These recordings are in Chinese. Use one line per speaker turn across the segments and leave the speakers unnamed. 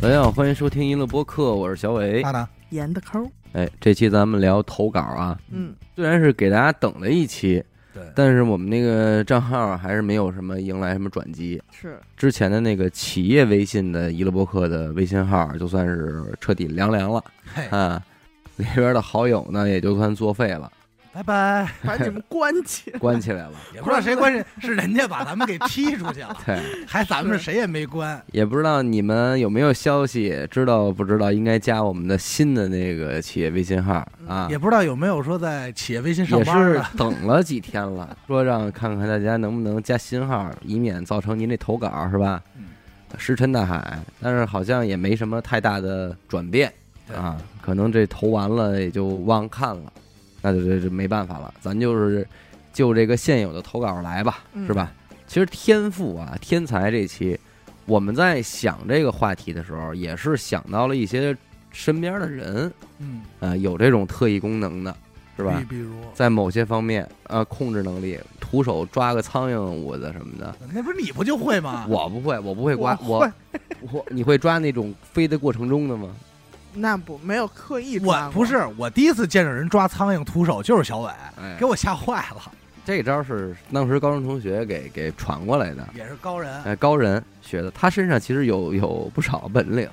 大家好，啊欢迎收听一乐播客，我是小伟
大。大，
严的抠儿，
哎，这期咱们聊投稿啊，
嗯，
虽然是给大家等了一期，
对，
但是我们那个账号还是没有什么迎来什么转机。
是
之前的那个企业微信的一乐播客的微信号，就算是彻底凉凉了
嘿，
啊，里边的好友呢也就算作废 了，
拜拜。
把你们关 起来。
关起来了。
也不知道谁关是是人家把咱们给踢出去了，
对，
还咱们谁也没关。
也不知道你们有没有消息，知道不知道应该加我们的新的那个企业微信号啊？
也不知道有没有说在企业微信上
也
班
是
的，
等了几天了，说让看看大家能不能加新号，以免造成您这投稿是吧
嗯？
石沉大海，但是好像也没什么太大的转变
对
啊，可能这投完了也就忘看了，那就这这没办法了，咱就是就这个现有的投稿来吧，
嗯
是吧？其实天赋啊，天才这期我们在想这个话题的时候，也是想到了一些身边的人
嗯，
啊、有这种特异功能的，是吧？
比比如，
在某些方面，呃，控制能力，徒手抓个苍蝇捂子什么的，
那不是你不就会吗？
我不会，我不会抓，
啊我
我
会
我你会抓那种飞的过程中的 吗？
那不没有刻意抓
我
过
不是，我第一次见着人抓苍蝇徒手就是小伟，
哎
给，我吓坏了，
这招是当时高中同学给给传过来的，
啊
也是高人，
哎，高人学的，他身上其实有有不少本领，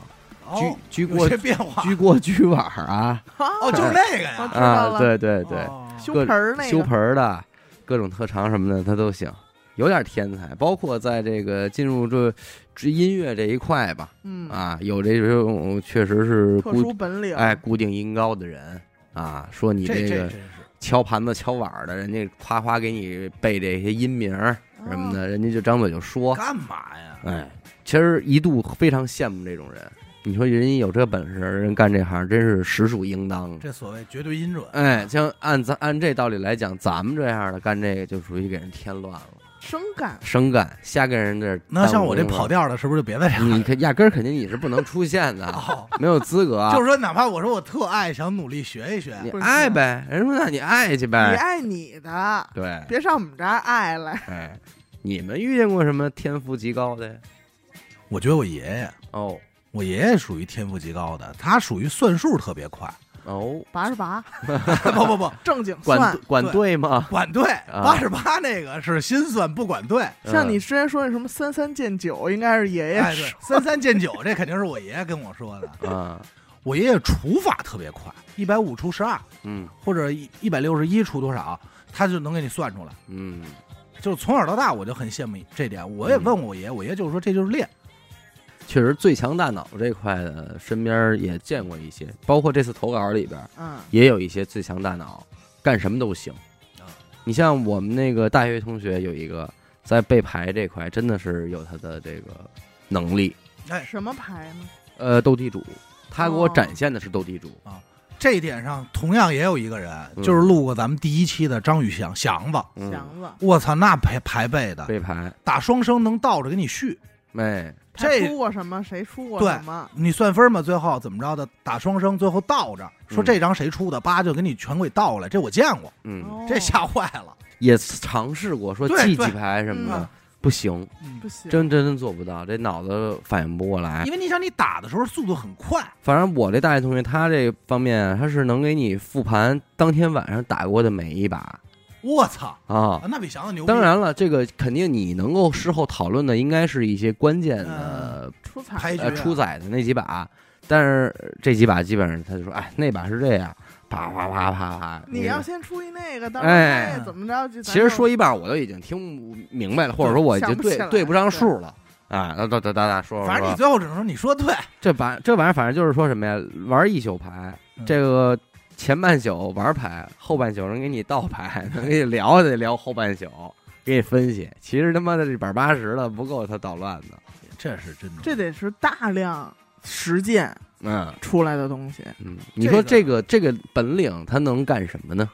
哦，
居居
有
锅
些变化，
居锅居碗儿啊，
哦，
啊，
就是那个呀
知，道
啊，
了
对对对，
哦
修
各
盆儿那个
修盆儿的，各种特长什么的，他都行，有点天才，包括在这个进入这这音乐这一块吧，
嗯，
啊，有这种确实是
特
固
殊本领，哦
哎，固定音高的人啊，说你
这这
个
真是。
敲盘子、敲碗儿的，人家夸夸给你背这些音名儿什么
哦，
的，人家就张嘴就说。
干嘛呀？
哦哎，其实一度非常羡慕这种人。你说人家有这本事，人干这行真是实属应当。
这所谓绝对音准，
哎，像按咱按这道理来讲，咱们这样的干这个就属于给人添乱了，
生感
生干瞎跟人这。
那像我这跑
调，
调的，是不是就别在这儿
你看压根儿肯定你是不能出现的，
了？
没有资格啊。
就是说，哪怕我说我特爱，想努力学一学
你，
不是
爱呗，人说那你爱去
你
呗，
爱你的，
对，
别上我们这儿爱 来，
哎，你们遇见过什么天赋极高的呀？
我觉得我爷爷，
哦
我爷爷属于天赋极高的，他属于算数特别快。
哦，
八十八
不不不，
正经
管
算
对。管对 吗？
管对
啊
八十八那个是心算不管对。
像
嗯
你之前说那什么三三见九，应该是爷爷
哎，对，三三见九，这肯定是我爷爷跟我说的。
啊，
我爷爷除法特别快，一百五除十二，
嗯
或者一一百六十一除多少，他就能给你算出来。
嗯，
就是从小到大，我就很羡慕这点。我也问我爷，我爷就是说这就是练。
确实最强大脑这块的，身边也见过一些，包括这次投稿里边
嗯，
也有一些最强大脑，干什么都行
啊。
你像我们那个大学同学有一个在背牌这块，真的是有他的这个能力，
哎，
什么牌呢？
呃，斗地主，他给我
哦
展现的是斗地主，
这一点上同样也有一个人，
嗯
就是录过咱们第一期的张宇翔翔子。
嗯
祥子，
我操，那排排背的，
背嗯牌，
打双生能倒着给你续。
哎，
他
这
出过什么？谁出过
对
什么？
你算分嘛？最后怎么着的？打双生，最后倒着说
嗯
这张谁出的，叭就给你全给倒过来。这我见过，
嗯，
哦
这吓坏了。
也尝试过说
对
记
对
几排什么
嗯
的
啊，
不行，
不行，
真真真做不到，这脑子反应不过来
嗯
因。为你想，你打的时候速度很快，
反正我这大学同学，他这方面他是能给你复盘当天晚上打过的每一把
我操，
啊
啊。那比翔子牛逼。
当，然了，这个肯定你能够事后讨论的，应该是一些关键的
出彩
排局
呃
啊
出载的那几把，但是这几把基本上他就说，哎，那把是这样，啪啪啪啪啪。
你
那个
要先出一那个，到时候
哎
那怎么着？就咱
其实
就
说一半，我都已经听不明白了，或者说我已经
想不
对
起来
对不上
对
数了啊。那哒哒哒哒说说说，
反正你最后只能说你说对，
这把这玩意儿，反正就是说什么呀？玩一宿牌，
嗯
这个前半宿玩牌，后半宿能给你倒牌，能给你聊得聊后半宿，给你分析。其实他妈的这百八十的不够他捣乱的。
这是真的。
这得是大量实践
嗯
出来的东西。
嗯，你说这
这
个这个本领他能干什么呢？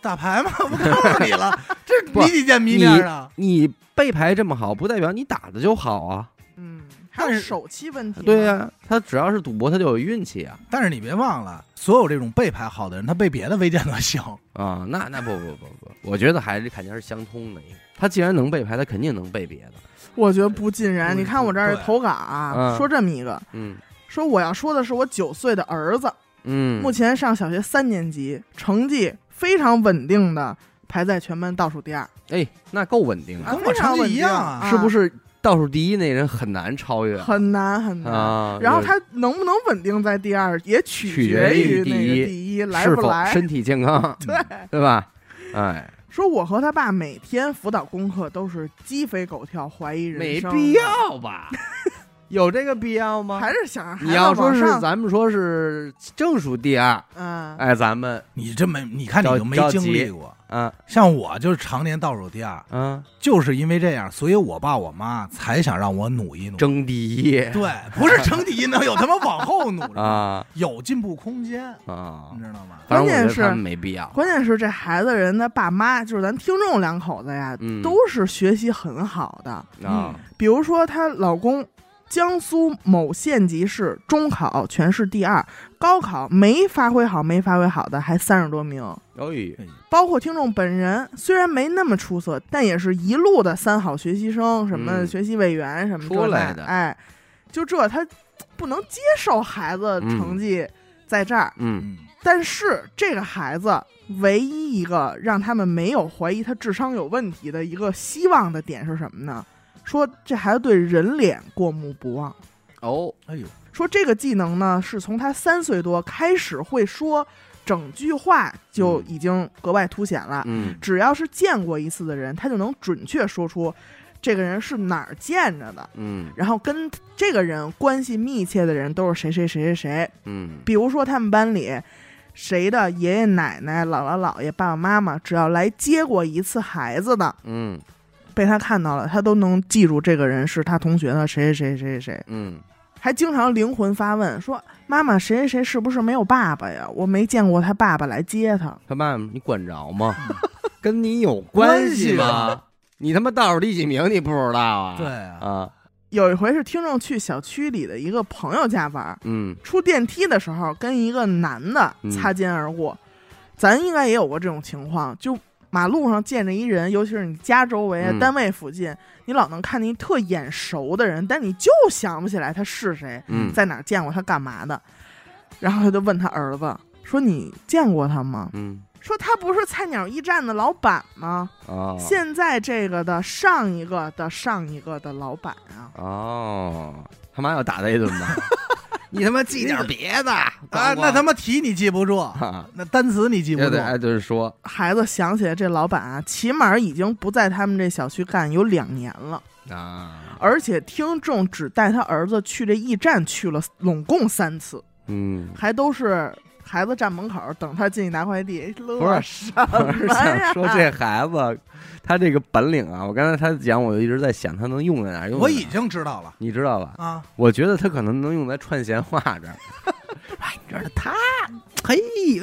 打牌嘛，我告诉你 了，这
不
迷你见迷面啊。
你背牌这么好，不代表你打的就好啊。
嗯，还
但
有
是
手气问题。
对呀、，他只要是赌博，他就有运气啊
但是你别忘了，所有这种背牌好的人，他背别的微见得行。
啊！那那不不不不，我觉得还是肯定是相通的。他既然能背牌，他肯定能背别的。
我觉得不尽然。
不
你看我这儿
对
投稿
嗯
啊，说这么一个，
嗯
说我要说的是我九岁的儿子，
嗯，
目前上小学三年级，成绩非常稳定的排在全班倒数第二，
哎，那够稳定啊，
跟我成绩一样
啊非常稳定，
是不是？倒数第一那人很难超越
啊很难很难？
啊。
然后
就是
他能不能稳定在第二，也取
取
决
决于
于
第
那个
一
第一来
是
不
否
来。
身体健康，
对，
对吧？哎，
说我和他爸每天辅导功课都是鸡飞狗跳，怀疑人
没
生，
必，要 吧？有这个必要吗？
还是想让孩
你
子
要说
往
是
上，
咱们说是正数第二，
嗯，
哎，咱们
你这没，你看你
着
就没
着
经
急
历过。
啊
像我就是常年倒数第二，
啊
就是因为这样，所以我爸我妈才想让我努一努。
争第一
对，不是成绩能有他妈往后努
嗯
着，
啊
有进步空间，
啊
你！知道吗？
反正我觉
关键
得
是
他们没必要。
关键是这孩子人的爸妈，就是咱听众两口子呀，
嗯
都嗯是学习很好的。
啊，
比如说她老公，江苏某县级市中考全市第二，高考没发挥好，没发挥好的还三十多名。
哎，
包括听众本人，虽然没那么出色，但也是一路的三好学习生，什么
嗯
学习委员什么
出
这那
来的
哎，就这他不能接受孩子
嗯
成绩在这儿，
嗯，
嗯，
但是这个孩子唯一一个让他们没有怀疑他智商有问题的一个希望的点是什么呢？说这孩子对人脸过目不忘。
哦，
哎呦，
说这个技能呢，是从他三岁多开始会说整句话就
嗯
已经格外凸显了。
嗯
只要是见过一次的人，他就能准确说出这个人是哪儿见着的，
嗯
然后跟这个人关系密切的人都是谁谁谁谁谁。
嗯，
比如说他们班里谁的爷爷奶奶、姥姥姥爷、爸爸妈妈，只要来接过一次孩子的，
嗯
被他看到了，他都能记住这个人是他同学的谁谁谁谁谁谁，
嗯，
还经常灵魂发问说：“妈妈，谁谁谁是不是没有爸爸呀？我没见过他爸爸来接他。”
他爸，你管着吗？ 跟你有系
系
吗？你他妈倒数第几名你不知道啊？
对啊，
啊，
有一回是听众去小区里的一个朋友家玩，
嗯
出电梯的时候跟一个男的擦肩而过，咱应该也有过这种情况，就马路上见着一人，尤其是你家周围、啊、
嗯
单位附近，你老能看见一特眼熟的人，但你就想不起来他是谁，
嗯，
在哪儿见过他干嘛的。然后他就问他儿子说：“你见过他吗？
嗯
说他不是菜鸟驿站的老板吗？
啊，
现在这个的上一个的上一个的老板啊。”
哦，他妈要打他一顿 吧？你他妈记点别的啊
啊，那他妈题你记不住，
妈啊
那单词你记不
也
住
得，挨顿哎说，
孩子想起来这老板啊，起码已经不在他们这小区干有两年了，
啊，
而且听众只带他儿子去这驿站去了，总共三次，
嗯，
还都是孩子站门口等他进去拿快递。
不
乐
是
什
我是
么呀
想？说这孩子，他这个本领啊，我刚才他讲，我就一直在想他能用在哪儿，用在
我
哪儿
已经知道了
你知道吧？
啊，
我觉得他可能能用在串闲话这儿。哎，你知道他，嘿，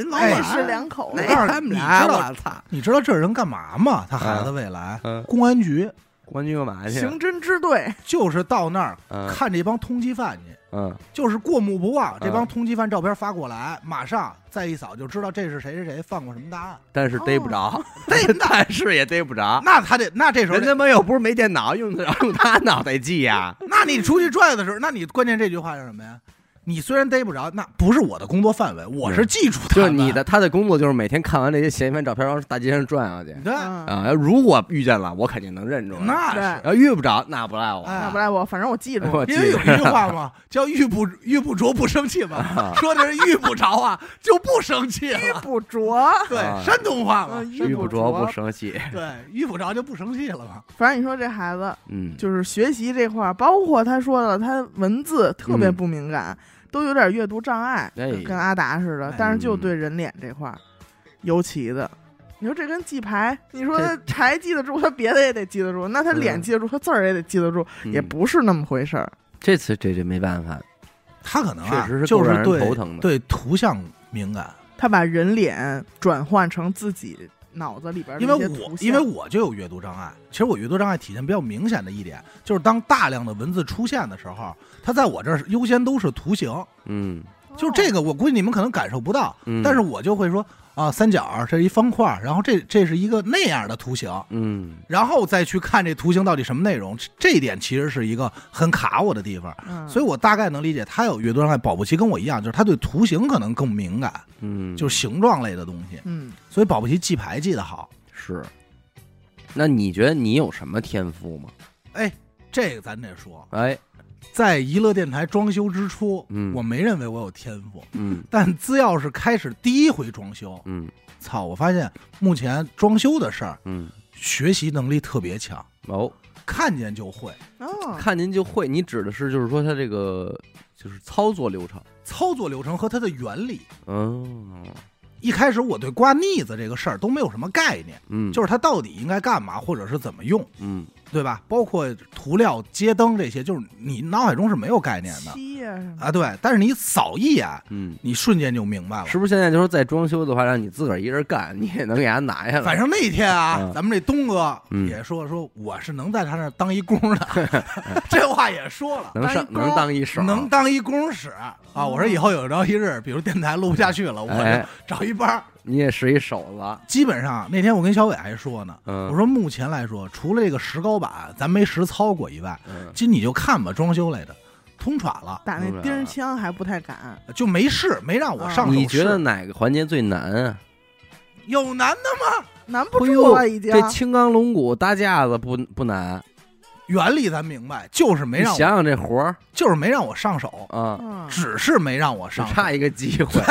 老
哎
那
板
是两口子
哎，
那他们俩，
你知道
我操，
你知道这人干嘛吗？他孩子未来
嗯，
公安局
冠军干嘛去？
刑侦支 队，
就是到那儿
嗯
看这帮通缉犯去。
嗯
就是过目不忘，这帮
嗯
通缉犯照片发过来，马上再一扫就知道这是谁谁谁犯过什么大案。
但是逮不着，
逮不
但是也逮不着。
那他得，哦那这时候
啊人
得
他妈又不是没电脑，用得着用他脑袋记 呀？
那你出去转悠的时候，那你关键这句话是什么呀？你虽然逮不着，那不是我的工作范围，我是记住他
就是
们
你的，他的工作就是每天看完这些嫌疑犯照片，往大街上转悠去
对，
嗯，
啊。如果遇见了，我肯定能认出来。
那
对
是
要遇不着，那不赖我。
哎
要不赖我，反正我记住了。
我记
因为有
得
一句话嘛，叫“遇不遇不着不生气”
啊
嘛，说的是遇不着啊就不生气了。
不着，
对
啊，
山东话嘛
哎嗯，，
遇不着不
着。
生气。
对，遇不着就不生气了嘛。
反正你说这孩子
嗯，
就是学习这块儿，包括他说了，他文字特别不敏感，都有点阅读障碍，
嗯哎嗯
跟阿达似的
哎。
但是就对人脸这块儿，尤其的。你说这跟记牌，你说
这
他牌记得住，他别的也得记得住，那他脸
嗯
记得住，他字儿也得记得住，也
嗯
不是那么回事儿。
这次这这没办法，
他可能啊，
确实是够
就是
让人
对
头疼的
对图像敏感，
他把人脸转换成自己脑子里边的
因为
一些
我
图像，
因为我就有阅读障碍，其实我阅读障碍体现比较明显的一点，就是当大量的文字出现的时候，它在我这儿优先都是图形，
嗯
哦
就是这个我估计你们可能感受不到，
嗯，
但是我就会说啊，三角，这是一方块，然后这这是一个那样的图形，
嗯，
然后再去看这图形到底什么内容，这这一点其实是一个很卡我的地方，
嗯，
所以我大概能理解他有阅读障碍，保不齐跟我一样，就是他对图形可能更敏感，
嗯，
就是形状类的东西，
嗯，
所以保不齐记牌记得好。
是。那你觉得你有什么天赋吗？
哎，这个咱得说，
哎，
在娱乐电台装修之初，
嗯
我没认为我有天赋，
嗯
但只要是开始第一回装修，
嗯
操，我发现目前装修的事儿
嗯，
学习能力特别强，
哦，
看见就会，
哦，
看您就会，你指的是就是说它这个就是操作流程，
操作流程和它的原理。哦
嗯
一开始我对刮腻子这个事儿都没有什么概念，
嗯，
就是是它到底应该干嘛，或者是怎么用，
嗯
对吧？包括涂料、接灯这些，就是你脑海中是没有概念的
漆呀什么的，
啊。对，但是你扫一眼，
嗯，
你瞬间就明白了。
是不是现在就是在装修的话，让你自个儿一人干，你也能给它拿下来？
反正那天啊
嗯，
咱们这东哥
嗯
也说说我是能在他那儿当一工的， 这话也说了。
能上
当一工
能当一手，
能当一工使啊！我说以后有朝一日，比如电台录不下去了，我
哎
就找一班儿。
你也是一手子，
基本上那天我跟小伟还说呢，
嗯，
我说目前来说，除了这个石膏板咱没实操过以外，
嗯
今你就看吧，装修类的通喘了，
打那
啊
钉儿枪还不太敢，
就没试，没让我上手试。
你觉得哪个环节最难啊？
有难的
难
哎
不住了已经。
啊
这青钢龙骨搭架子不不难，
原理咱明白，就是没
你
让
想
我，
想这活儿
就是没让我上手，
啊，
嗯，
只是没让我
只
上手。
差一个机会，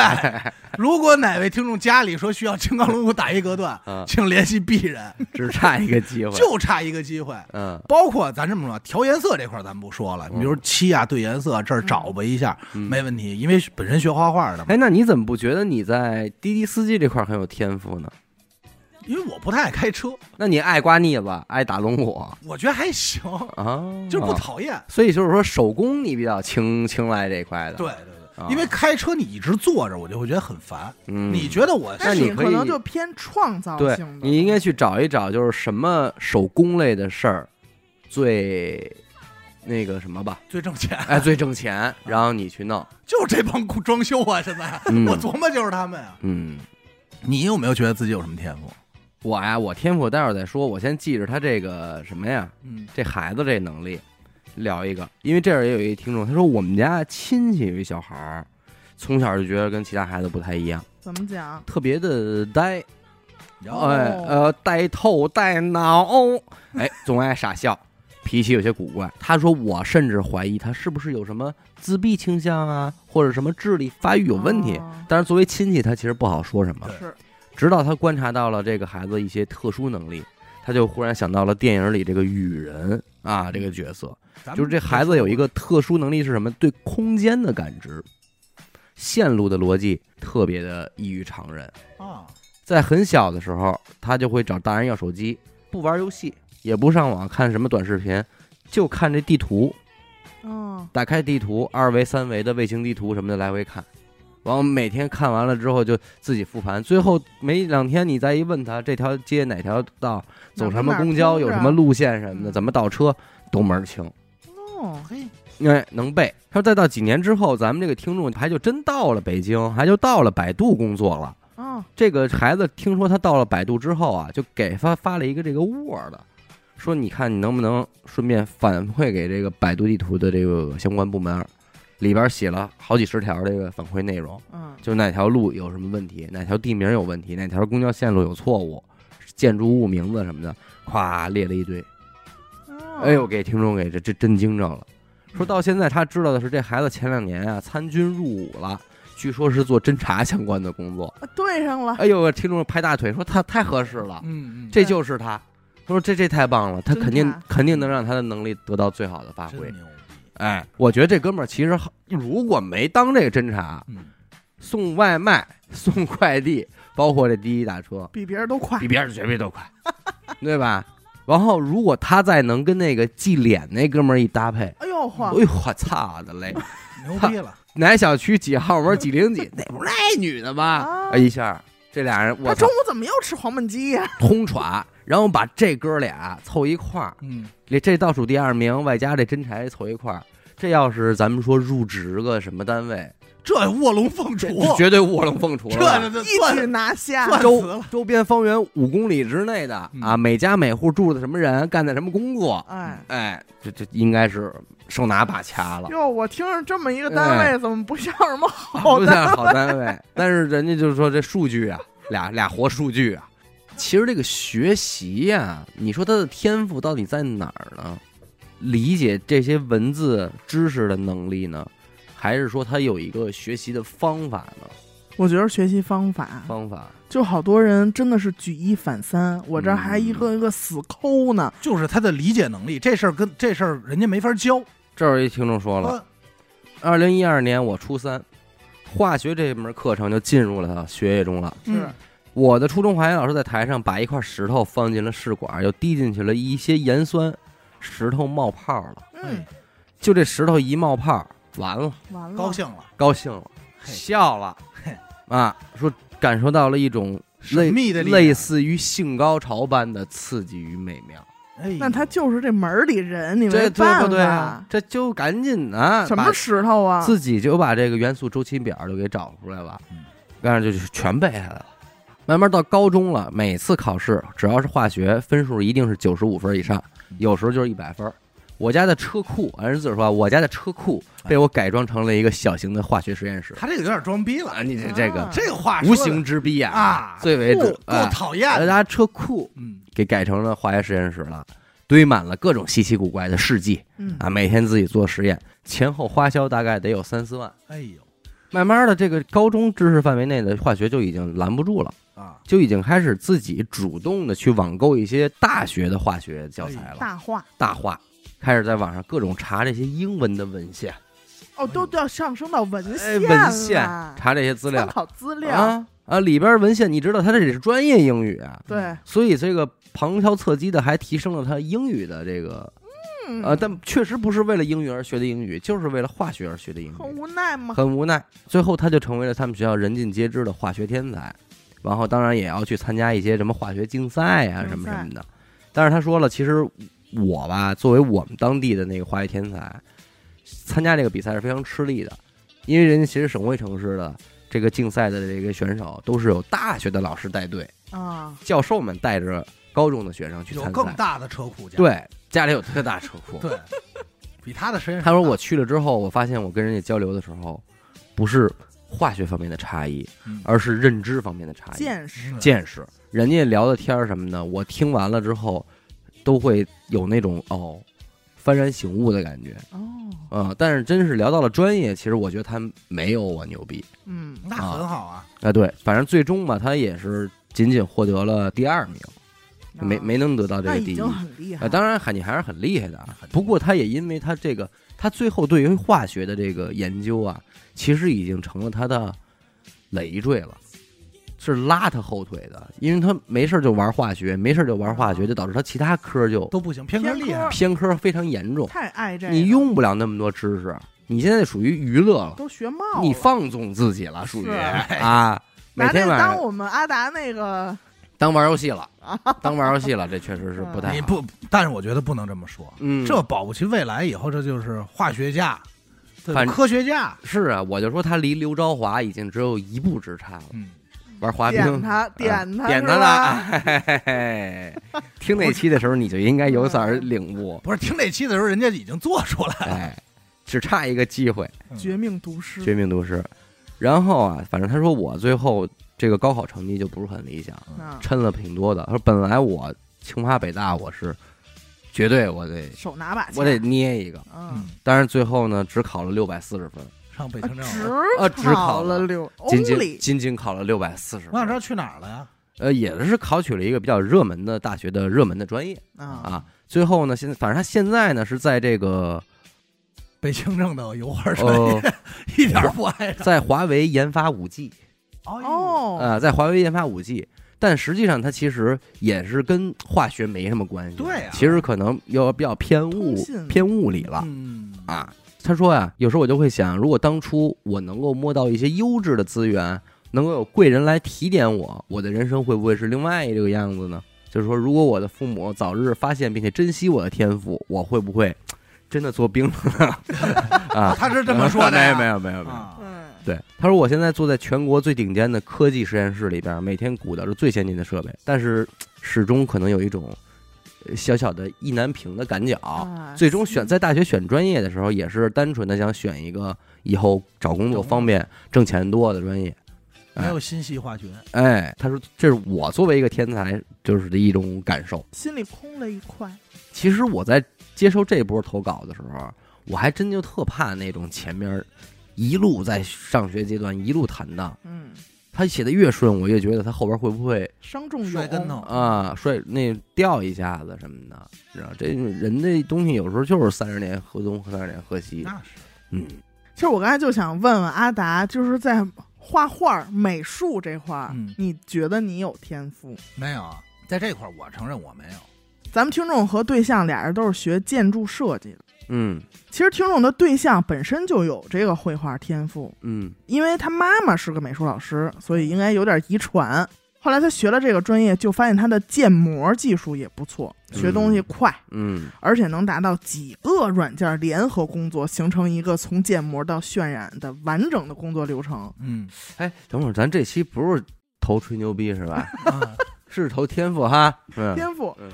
如果哪位听众家里说需要青钢龙骨打一隔断，
嗯，
请联系 鄙人，
只差一个机会，
就差一个机会。
嗯
包括咱这么说，调颜色这块儿咱不说了，
嗯
你比如漆啊、对颜色这儿找吧一下，
嗯
没问题，因为本身学画画的嘛
哎，。那你怎么不觉得你在滴滴司机这块儿很有天赋呢？
因为我不太爱开车，
那你爱刮腻子，爱打龙骨 啊？
我觉得还行，就是不讨厌。
所以就是说手工你比较青青睐这一块的。
对，对对，
啊
因为开车你一直坐着，我就会觉得很烦。
嗯、
你觉得我
那
但
你
是
可以
可能就偏创造
对
性，的，
你应该去找一找，就是什么手工类的事儿最那个什么吧，
最挣钱？
哎，最挣钱，然后你去弄。
就是这帮装修啊！现在、
嗯
我琢磨就是他们啊。
嗯，
你有没有觉得自己有什么天赋？
我呀，我天赋待会儿再说，我先记着他这个什么呀，
嗯
这孩子这能力，聊一个，因为这儿也有一听众，他说我们家亲戚有一小孩儿，从小就觉得跟其他孩子不太一样，
怎么讲？
特别的呆，
然后
哎呃呆头呆脑，哎总爱傻笑，脾气有些古怪。他说我甚至怀疑他是不是有什么自闭倾向啊，或者什么智力发育有问题。
哦
但是作为亲戚，他其实不好说什么。
对
是
直到他观察到了这个孩子一些特殊能力，他就忽然想到了电影里这个雨人啊这个角色，
咱们
就是这孩子有一个特殊能力是什么？对空间的感知，线路的逻辑特别的异于常人。
啊，
在很小的时候，他就会找大人要手机，不玩游戏，也不上网看什么短视频，就看这地图，
嗯，
打开地图，二维、三维的卫星地图什么的来回看。完，每天看完了之后就自己复盘，最后没两天，你再一问他这条街哪条道，走什么公交，有什么路线什么的，
嗯
怎么倒车，都门儿清。
哦，
嘿，
哎，能背。他说，再到几年之后，咱们这个听众还就真到了北京，还就到了百度工作了。
哦，
这个孩子听说他到了百度之后啊，就给他发了一个这个 Word，说你看你能不能顺便反馈给这个百度地图的这个相关部门，里边写了好几十条这个反馈内容，
嗯，
就哪条路有什么问题，哪条地名有问题，哪条公交线路有错误，建筑物名字什么的，咵列了一堆。
哦
哎呦，，给听众给这这真惊着了。说到现在，他知道的是，这孩子前两年啊参军入伍了，据说是做侦查相关的工作。
啊对上了，
哎呦，听众拍大腿说他太合适了，
嗯嗯，
这就是他。他说这这太棒了，他肯定
侦查
肯定能让他的能力得到最好的发挥
真。牛逼，
哎，我觉得这哥们儿其实好如果没当这个侦查，
嗯，
送外卖、送快递，包括这滴滴打车，
比别人都快
比，别人绝对都快，对吧？然后如果他再能跟那个记脸那哥们儿一搭配，
哎呦嚯
哎，呦我操的嘞！
牛逼了，
哪小区几号门几零 几？那不是那女的吗？
啊
哎一下这俩人我
他中
操
午怎么又吃黄焖鸡 呀？
通传，然后把这哥俩凑一块儿，
嗯，
这这倒数第二名外加这真柴凑一块儿，这要是咱们说入职个什么单位，
这卧龙凤雏，
绝对卧龙凤雏
这
了吧。
这
一举
算
拿下。
算
周
死了
周边方圆五公里之内的
嗯
啊，每家每户住的什么人，干的什么工作，
哎，
哎，这这应该是手拿把掐了。
哟，我听着这么一个单
嗯哎
位，怎么不像什么好
不
的？
算好单位，但是人家就是说这数据啊，俩俩活数据啊。其实这个学习呀、你说他的天赋到底在哪儿呢？理解这些文字知识的能力呢，还是说他有一个学习的方法呢？
我觉得学习方法，
方法
就好多人真的是举一反三，我这还
嗯
一个一个死抠呢。
就是他的理解能力，这事儿跟这事儿人家没法教。
这儿有一听众说了，
啊
二零一二年我初三，化学这门课程就进入了他的学业中了。
嗯
我的初中化学老师在台上把一块石头放进了试管，又滴进去了一些盐酸，石头冒泡了。
哎
嗯，
就这石头一冒泡，完了，
完了，
高兴了，
哎高兴了，
嘿
笑了，啊，说感受到了一种类
神秘的力量
类似于性高潮般的刺激与美妙，
哎呦，
那他就是这门儿里人，你没
这对
办法。
不对啊？这就赶紧啊，
什么石头
把
啊？
自己就把这个元素周期表就给找出来了
嗯，
然后就是全背下来了。慢慢到高中了，每次考试只要是化学，分数一定是九十五分以上，有时候就是一百分儿。我家的车库，俺是自个儿说啊，我家的车库被我改装成了一个小型的化学实验室。
他这个有点装逼了
啊，，你这这个
啊
这个话
无
说的
形之逼
啊
最为
够
主
够
啊，
讨
把
厌
大
的。
家车库
嗯，
给改成了化学实验室了，堆满了各种稀奇古怪的试剂
嗯，
啊，每天自己做实验，前后花销大概得有三四万。
哎呦
慢慢的，这个高中知识范围内的化学就已经拦不住了，
啊，
就已经开始自己主动的去网购一些大学的化学教材了，
大话
大化，开始在网上各种查这些英文的文献，
哦，都要上升到文
哎，
献
文献
了
查这些资
参
料
考资料，
啊啊，里边文献你知道，它这里是专业英语啊，
对，
所以这个旁敲侧击的还提升了他英语的这个
嗯
呃，但确实不是为了英语而学的英语，就是为了化学而学的英
很
语，
无奈嘛。
很无奈。最后他就成为了他们学校人尽皆知的化学天才，然后当然也要去参加一些什么化学竞赛啊
竞赛
什么什么的。但是他说了，其实我吧，作为我们当地的那个化学天才，参加这个比赛是非常吃力的，因为人家其实省会城市的这个竞赛的这个选手都是有大学的老师带队。
啊，
教授们带着高中的学生去
有
参
更
赛，
大的车库家，
对，家里有特大车 库。
对，比他 的身上。
他说我去了之后，我发现我跟人家交流的时候，不是化学方面的差异，
嗯
而是认知方面的差异、
见识，
嗯
见识。人家聊的天儿什么的，我听完了之后，都会有那种哦，幡然醒悟的感觉。
哦，
嗯，但是真是聊到了专业，其实我觉得他没有我牛逼。
嗯，
那很好啊，
啊，对，反正最终吧，他也是仅仅获得了第二名，没
啊
没能得到这个
那
第一。
已经很厉害
啊，
了。
当然还你还是很厉害的啊
很厉害。
不过他也因为他这个，他最后对于化学的这个研究啊，其实已经成了他的累赘了，是拉他后腿的。因为他没事儿就玩化学，没事儿就玩化学，就导致他其他科就
都不行，偏科啊
偏科
厉害。
偏科非常严重。
太爱这个，
你用不了那么多知识，你现在属于娱乐了，
都学冒了，
你放纵自己了，属于
是
啊，每
拿这
天晚
当
上
我们阿达那个
当玩游戏 了，当玩游戏了，这确实是不
嗯
太
你
好。
不，但是我觉得不能这么说，
哎嗯，
这保不齐未来以后这就是化学家，对
反
科学家，
是啊，我就说他离刘昭华已经只有一步之差了。
嗯，
玩滑冰，
点他
啊
点他
点
是
他
吧
了。哎嘿嘿嘿嘿听那期的时候，你就应该有所儿
嗯
领悟。
不是听这期的时候人家已经做出来了，
哎，只差一个机会，
嗯
绝命毒
《
师，
绝命毒师》。然后啊，反正他说我最后这个高考成绩就不是很理想，
啊，
抻了挺多的。他说本来我清华北大我是绝对我得
手拿把枪，
我得捏一个，
嗯
嗯，，
但是最后呢，只考了六百四十分，
上北
啊
京
只
政法。
啊只考了
了六
仅仅
only
仅仅考了六百四十
我想知
分。
道去哪儿了呀？
呃，也是考取了一个比较热门的大学的热门的专业。
啊，
啊，最后呢，现在反正他现在呢是在这个
北清政的油画专业
呃，
一点儿哎不挨着。
在华为研发五 G
哦，
啊，在华为研发五 G，但实际上它其实也是跟化学没什么关系，
对啊
其实可能要比较偏物
通信
偏物理了
嗯
啊。他说啊，有时候我就会想，如果当初我能够摸到一些优质的资源，能够有贵人来提点我，我的人生会不会是另外一个样子呢？就是说，如果我的父母早日发现并且珍惜我的天赋，我会不会真的做兵了呢？啊， 啊
他是这么说的呀
没有没有没有没有。
啊，
嗯，
对，他说我现在坐在全国最顶尖的科技实验室里边，每天鼓捣着最先进的设备，但是始终可能有一种呃小小的意难平的感觉。
啊
最终选在大学选专业的时候，也是单纯的想选一个以后找工作方便、挣钱多的专业。
没有心系化学，
哎，他说这是我作为一个天才就是的一种感受。
心里空了一块，
其实我在接受这波投稿的时候，我还真就特怕那种前面一路在上学阶段一路坦荡，
嗯，
他写的越顺，我越觉得他后边会不会
伤仲永
摔跟头，
啊摔那掉一下子什么的，你知道这人这东西有时候就是三十年河东三十年河西，
那是
嗯，
其实我刚才就想问问阿达，就是在画画、美术这块儿，
嗯
你觉得你有天赋？
没有啊，在这块儿我承认我没有。
咱们听众和对象俩人都是学建筑设计的，
嗯
其实听众的对象本身就有这个绘画天赋，
嗯
因为他妈妈是个美术老师，所以应该有点遗传。后来他学了这个专业，就发现他的建模技术也不错，
嗯
学东西快，
嗯
而且能达到几个软件联合工作，形成一个从建模到渲染的完整的工作流程。
嗯，
哎，等会儿咱这期不是投吹牛逼是吧？
啊
是投天赋哈，嗯
天赋
嗯，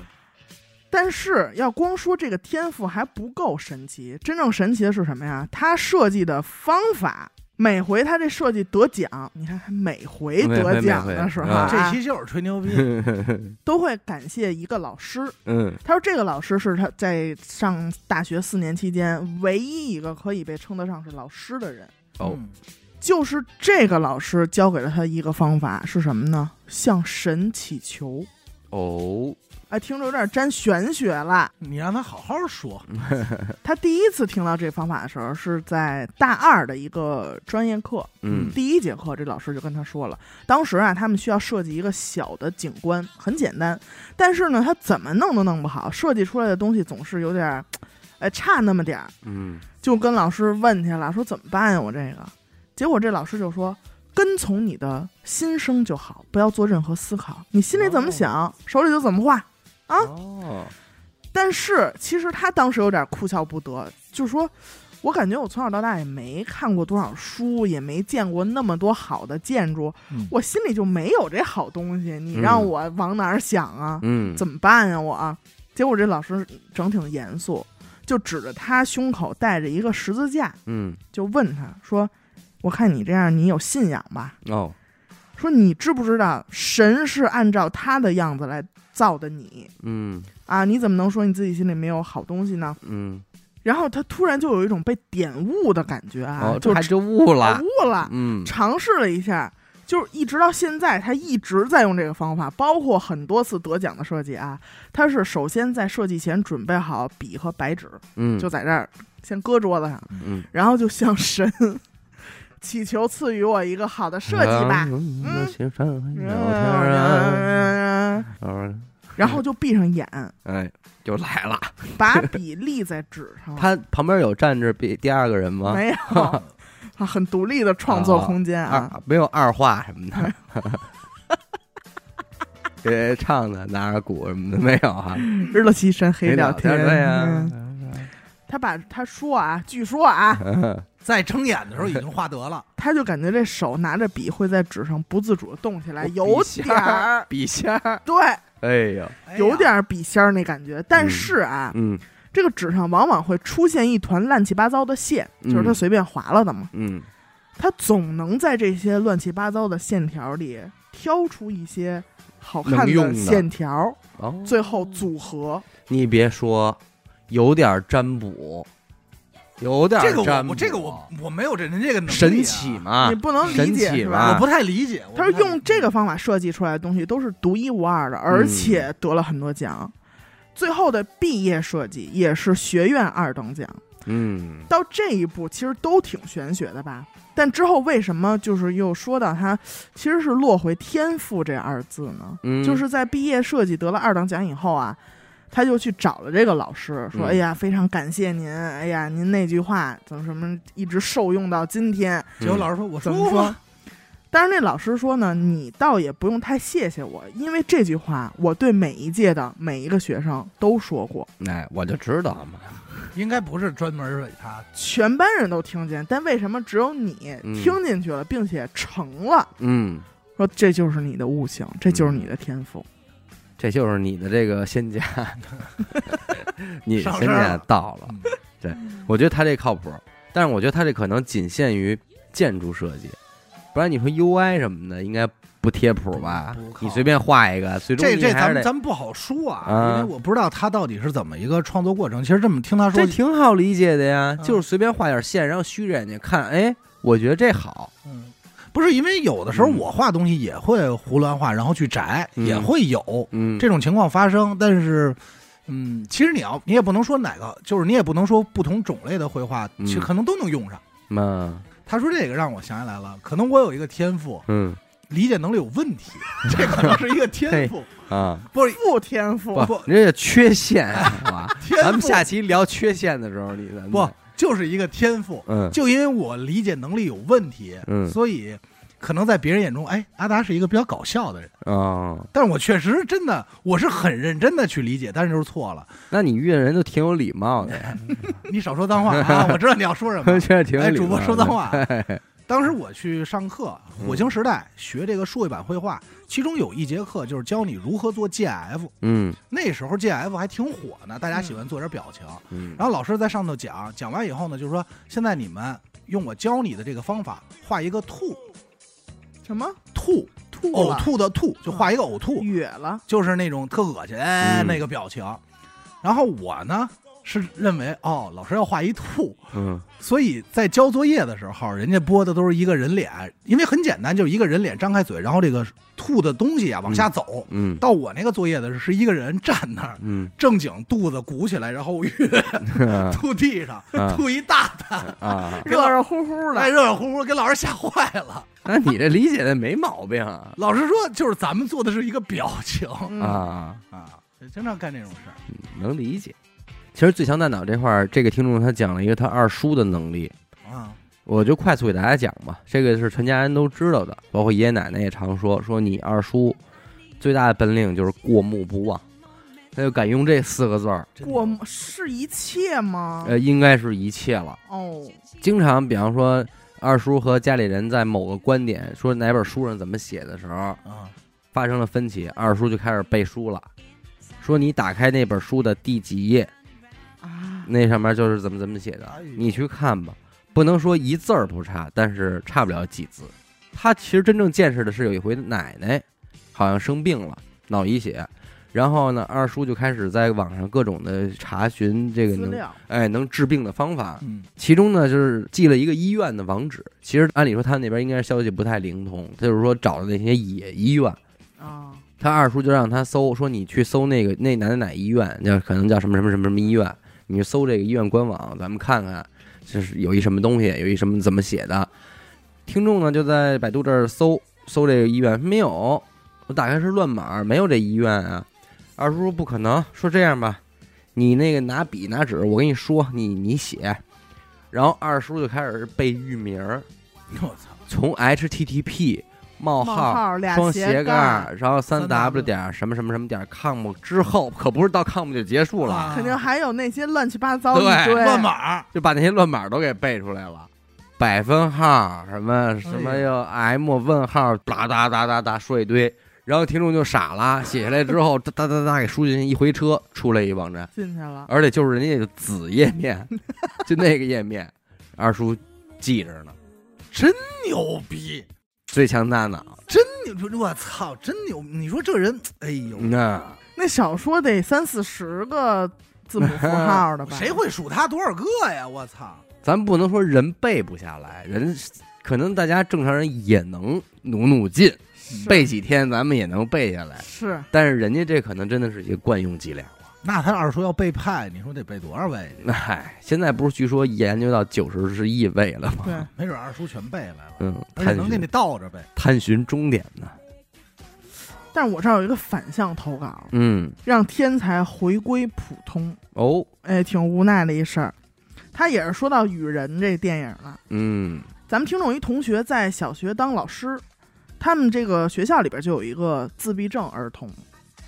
但是要光说这个天赋还不够神奇，真正神奇的是什么呀？他设计的方法。每回他这设计得奖，你看他每回
每回
得奖
每回
的时候
啊
啊，
这期就是吹牛逼。
都会感谢一个老师，
嗯
他说这个老师是他在上大学四年期间唯一一个可以被称得上是老师的人。
哦
嗯
就是这个老师教给了他一个方法，是什么呢？向神祈求。
哦，
哎，听着有点沾玄学了。
你让他好好说。
他第一次听到这方法的时候是在大二的一个专业课，
嗯
第一节课，这老师就跟他说了，当时啊，他们需要设计一个小的景观，很简单，但是呢，他怎么弄都弄不好，设计出来的东西总是有点儿，呃，差那么点儿。
嗯
就跟老师问去了，说怎么办呀？我这个，结果这老师就说，跟从你的心声就好，不要做任何思考，你心里怎么想，手里就怎么画。啊
哦，
但是其实他当时有点哭笑不得，就说。我感觉我从小到大也没看过多少书，也没见过那么多好的建筑，
嗯
我心里就没有这好东西，你
嗯
让我往哪儿想啊？
嗯
怎么办呀、我啊结果这老师整挺严肃，就指着他胸口带着一个十字架，
嗯
就问他说：“我看你这样，你有信仰吧？
哦
说你知不知道神是按照他的样子来造的你
嗯
啊？你怎么能说你自己心里没有好东西呢？”
嗯
然后他突然就有一种被点悟的感觉啊，
哦，
就
这还真悟了，
悟了，
嗯
尝试了一下。就是一直到现在，他一直在用这个方法，包括很多次得奖的设计啊。他是首先在设计前准备好笔和白纸，
嗯
就在这儿先搁桌子上，
嗯
然后就向神 祈求赐予我一个好的设计吧。
嗯
嗯
行上来聊天啊
嗯
啊
然后就闭上眼，
哎，就来了。
把笔立在纸 上。
他旁边有站着比第二个人吗？
没有 啊，很独立的创作空间啊。
二没有二话什么 的， 给唱的拿着鼓什么的没有啊？
日落西山，黑
聊
天。
对呀
嗯，他把他说啊，据说啊，
在睁眼的时候已经画得了，
他就感觉这手拿着笔会在纸上不自主地动起来，有
笔
点
仙
儿
儿笔仙儿，
对，
哎呦，
哎呀
有点儿笔仙儿那感觉。但
嗯
是啊，
嗯
这个纸上往往会出现一团乱七八糟的线，就是他
嗯
随便划了的嘛。
嗯
他总能在这些乱七八糟的线条里挑出一些好看
能用的
线条，
哦，
最后组合。
你别说，有点占卜，有点
这个我
占卜，
我这个我我没有这人这个能力啊
神奇，嘛啊
你，不能理
神
解
奇
是
吧
吧？
我不太理解。我
他是
不太理解嗯
用这个方法设计出来的东西都是独一无二的，
嗯
而且得了很多奖。最后的毕业设计也是学院二等奖，
嗯
到这一步其实都挺玄学的吧？但之后为什么就是又说到他其实是落回天赋这二字呢？
嗯，
就是在毕业设计得了二等奖以后啊，他就去找了这个老师，说：“
嗯
哎呀，非常感谢您，哎呀，您那句话怎么什么一直受用到今天。
结果老
师
师说我
怎么
过
说但是那老师说呢，你倒也不用太谢谢我，因为这句话我对每一届的每一个学生都说过。
哎，我就知道嘛，
应该不是专门为他，
全班人都听见，但为什么只有你
嗯
听进去了，并且成了？
嗯，
说这就是你的悟性，这就是你的天赋。
这就是你的这个仙 家，你的
上
仙
身
家
了
到了。
嗯
我觉得他这靠谱，但是我觉得他这可能仅限于建筑设计，不然你说 UI 什么的应该不贴谱吧
不？靠
你随便画一个，最终
这
你
这
还
咱
是
们
得。
咱们不好说啊，
啊
因为我不知道他到底是怎么一个创作过程。其实这么听他说
这，挺好理解的呀，
啊嗯
就是随便画点线，然后虚着眼睛看，哎，我觉得这好，
嗯，不是因为有的时候
嗯
我画东西也会胡乱画，然后去摘，
嗯
也会有
嗯，
这种情况发生。但是，嗯，其实你要你也不能说哪个，就是你也不能说不同种类的绘画，
嗯
其实可能都能用上。
嘛，
他说这个让我想起来了，可能我有一个天赋，
嗯
理解能力有问题， 这可能是一个天赋。
啊，
不是
不天赋，
不
不，
你这叫缺陷 啊！
天赋，
咱们下期聊缺陷的时候，你咱们
不就是一个天赋。
嗯
就因为我理解能力有问题，
嗯
所以可能在别人眼中，哎，阿达是一个比较搞笑的人。
哦，
但我确实真的，我是很认真的去理解，但是就是错了。
那你遇的人都挺有礼貌的，
你少说脏话啊！我知道你要说什么。
确实挺有
哎哎，
礼貌的。
主播说脏话啊。当时我去上课，火星时代学这个数位板绘画，其中有一节课就是教你如何做 GIF。
嗯
那时候 GIF 还挺火呢，大家喜欢做点表情。
嗯
然后老师在上头讲，讲完以后呢，就是说现在你们用我教你的这个方法画一个兔
什么
兔
吐
呕
了，
哦吐的吐，就画一个呕吐，
哕了，
就是那种特恶心、哎
嗯
那个表情。然后我呢是认为哦，老师要画一兔，
嗯
所以在交作业的时候，人家播的都是一个人脸，因为很简单，就是一个人脸张开嘴，然后这个吐的东西啊往下走。
嗯
到我那个作业的时候，是一个人站那儿。
嗯
正经肚子鼓起来，然后吐地上，
啊
吐一大袋，
啊，
热热乎乎
哎，
的，
热热乎乎，给老师吓坏了。
那你这理解的没毛病啊
老师说，就是咱们做的是一个表情
嗯，
啊，
啊，经常干这种事儿。
能理解。其实最强大脑这块儿，这个听众他讲了一个他二叔的能力，
啊，
我就快速给大家讲吧，这个是全家人都知道的，包括爷爷奶奶也常说，说你二叔最大的本领就是过目不忘，他就敢用这四个字儿，
真的
过目是一切吗？
呃，应该是一切了。
哦，
经常，比方说二叔和家里人在某个观点说哪本书上怎么写的时候
啊，
发生了分歧，二叔就开始背书了，说你打开那本书的第几页，
啊，
那上面就是怎么怎么写的
哎呦，
你去看吧。不能说一字儿不差，但是差不了几字。他其实真正见识的是有一回奶奶好像生病了，脑溢血，然后呢，二叔就开始在网上各种的查询这个
资
能
料，
哎能治病的方法，
嗯
其中呢就是记了一个医院的网址。其实按理说他那边应该是消息不太灵通，他就是说找的那些野医院，
啊，
他二叔就让他搜，说你去搜那个那哪哪哪医院，叫可能叫什么什么什么什么医院，你去搜这个医院官网，咱们看看，就是有一什么东西，有一什么怎么写的。听众呢就在百度这儿搜搜这个医院，没有，我打开是乱码，没有这医院啊。二叔说不可能，说这样吧，你那个拿笔拿纸，我跟你说，你你写。然后二叔就开始背域名儿，
我操，
从 HTTP 冒
冒
号
号俩
双
斜
斜杠，然后三
W
w 点儿什么什么什么点儿 com 之后，可不是到 com 就结束了，
啊
肯定还有那些乱七八糟
对
一堆
乱码，
就把那些乱码都给背出来了，百分号什么什么又 m 问号，哒哒哒哒哒说一堆，然后听众就傻了，写下来之后哒哒哒哒给输进去，一回车出来一网站，
进去了，
而且就是人家的子页面，就那个页面，二叔记着呢，
牛逼！
最强大脑，
你说我操，真牛！你说这人，哎呦，
那
那少说得三四十个字母符号的吧？
谁会数他多少个呀？我操！
咱不能说人背不下来，人可能大家正常人也能努努劲，
是
背几天咱们也能背下来。
是
但是人家这可能真的是一个惯用伎俩了。
那他二叔要背叛，你说得背多少位去？
那嗨，现在不是据说研究到九十是亿位了吗？
对，
没准二叔全背来了，
嗯，
而且
探
能给你
寻
倒着背。
探寻终点呢。
但是我这儿有一个反向投稿，
嗯，
让天才回归普通，
哦，
哎，挺无奈的一事儿。他也是说到《雨人》这电影了。
嗯
咱们听众一同学在小学当老师，他们这个学校里边就有一个自闭症儿童，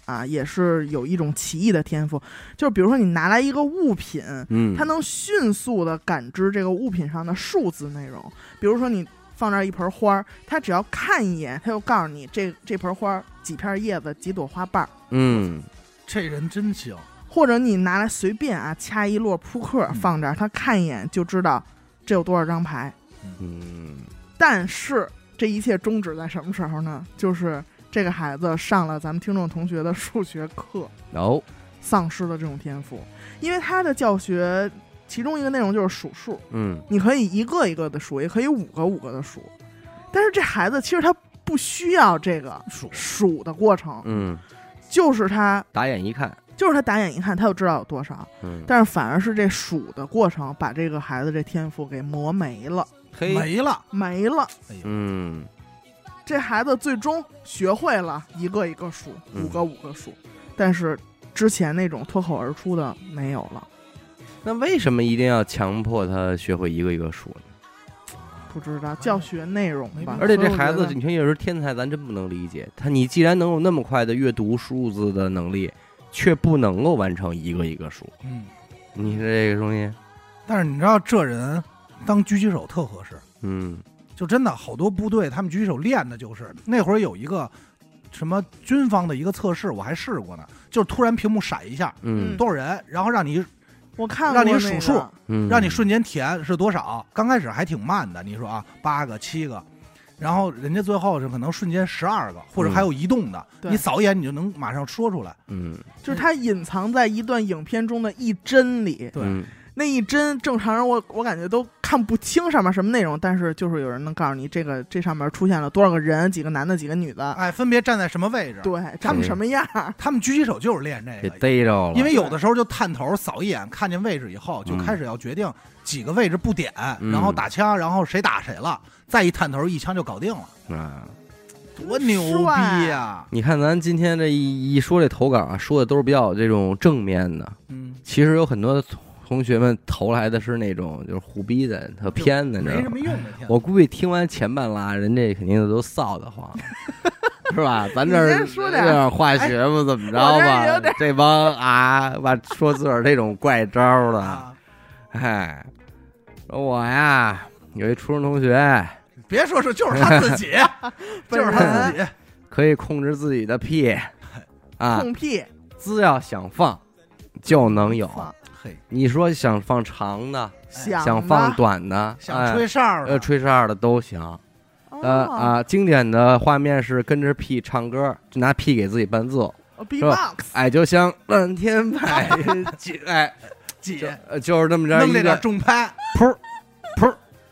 啊，也是有一种奇异的天赋，就是比如说你拿来一个物品，
嗯，
它能迅速的感知这个物品上的数字内容。比如说你放这儿一盆花儿，它只要看一眼，它就告诉你这这盆花儿几片叶子、几朵花瓣儿。
嗯
这人真行，
或者你拿来随便啊掐一摞扑克
嗯
放这儿，它看一眼就知道这有多少张牌。
嗯
但是这一切终止在什么时候呢？就是这个孩子上了咱们听众同学的数学课，
然后
丧失了这种天赋，因为他的教学其中一个内容就是数数。
嗯
你可以一个一个的数，也可以五个五个的数。但是这孩子其实他不需要这个
数
数的过程，
嗯，
就是他
打眼一看，
就是他打眼一看，他就知道有多少。
嗯，
但是反而是这数的过程，把这个孩子这天赋给磨没了，
嘿，
没了。
没了。
哎呦，
嗯
这孩子最终学会了一个一个数，
嗯
五个五个数，但是之前那种脱口而出的没有了，
那为什么一定要强迫他学会一个一个数呢？
不知道教学内容
没
吧
办。法
而且这
所以我觉
孩子，
得
你看有时候天才，咱真不能理解他。你既然能有那么快的阅读数字的能力，却不能够完成一个一个数，
嗯，
你这个东西，
但是你知道这人当狙击手特合适，
嗯
就真的好多部队他们狙击手练的就是那会儿有一个什么军方的一个测试，我还试过呢，就是突然屏幕闪一下
嗯
多少人，然后让你
我看过
让你
那
数
个
数
嗯，
让你瞬间填是多少。刚开始还挺慢的，你说啊，八个、七个，然后人家最后是可能瞬间十二个，或者还有移动的，
对
你扫一眼你就能马上说出来。
嗯
就是它隐藏在一段影片中的一帧里，
对，
嗯
那一帧正常人我我感觉都看不清上面什么内容，但是就是有人能告诉你这个这上面出现了多少个人，几个男的，几个女的，
哎，分别站在什么位置？
啊对他们什么样儿，
他们狙击手就是练这
给
个。
逮着了，
因为有的时候就探头扫一眼，看见位置以后，就开始要决定几个位置不点，
嗯
然后打枪，然后谁打谁了，再一探头一枪就搞定了，
啊，
多牛
啊
逼呀、
你看咱今天这一一说这投稿啊，说的都是比较这种正面的，
嗯，
其实有很多同同学们投来的是那种就是胡逼的、特偏的，你知
没
道
什么
吗？
用的。天
哎我估计听完前半拉，人这肯定都臊得 慌，是吧？咱这
你
儿
先说点儿哎
有点化学嘛，怎么着
我这有
吧？
点
这帮啊，把说自个儿这种怪招儿 的，
啊，
哎，说我呀有一初中同学
别说是就是 他自己，就是他自己。
可以控制自己的屁啊，
控屁
只要想放就能有。
放
嘿，
你说想放长的，
想
啊哎想
吧
放短的，
想吹哨
哎
的
呃，吹哨的都行。呃
哦
啊，经典的画面是跟着屁唱歌，就拿屁给自己伴奏，
哦，B-box
哎，就像漫天 白云哎，就
姐
呃就是这么着
弄
一
这
个
点重拍，
噗噗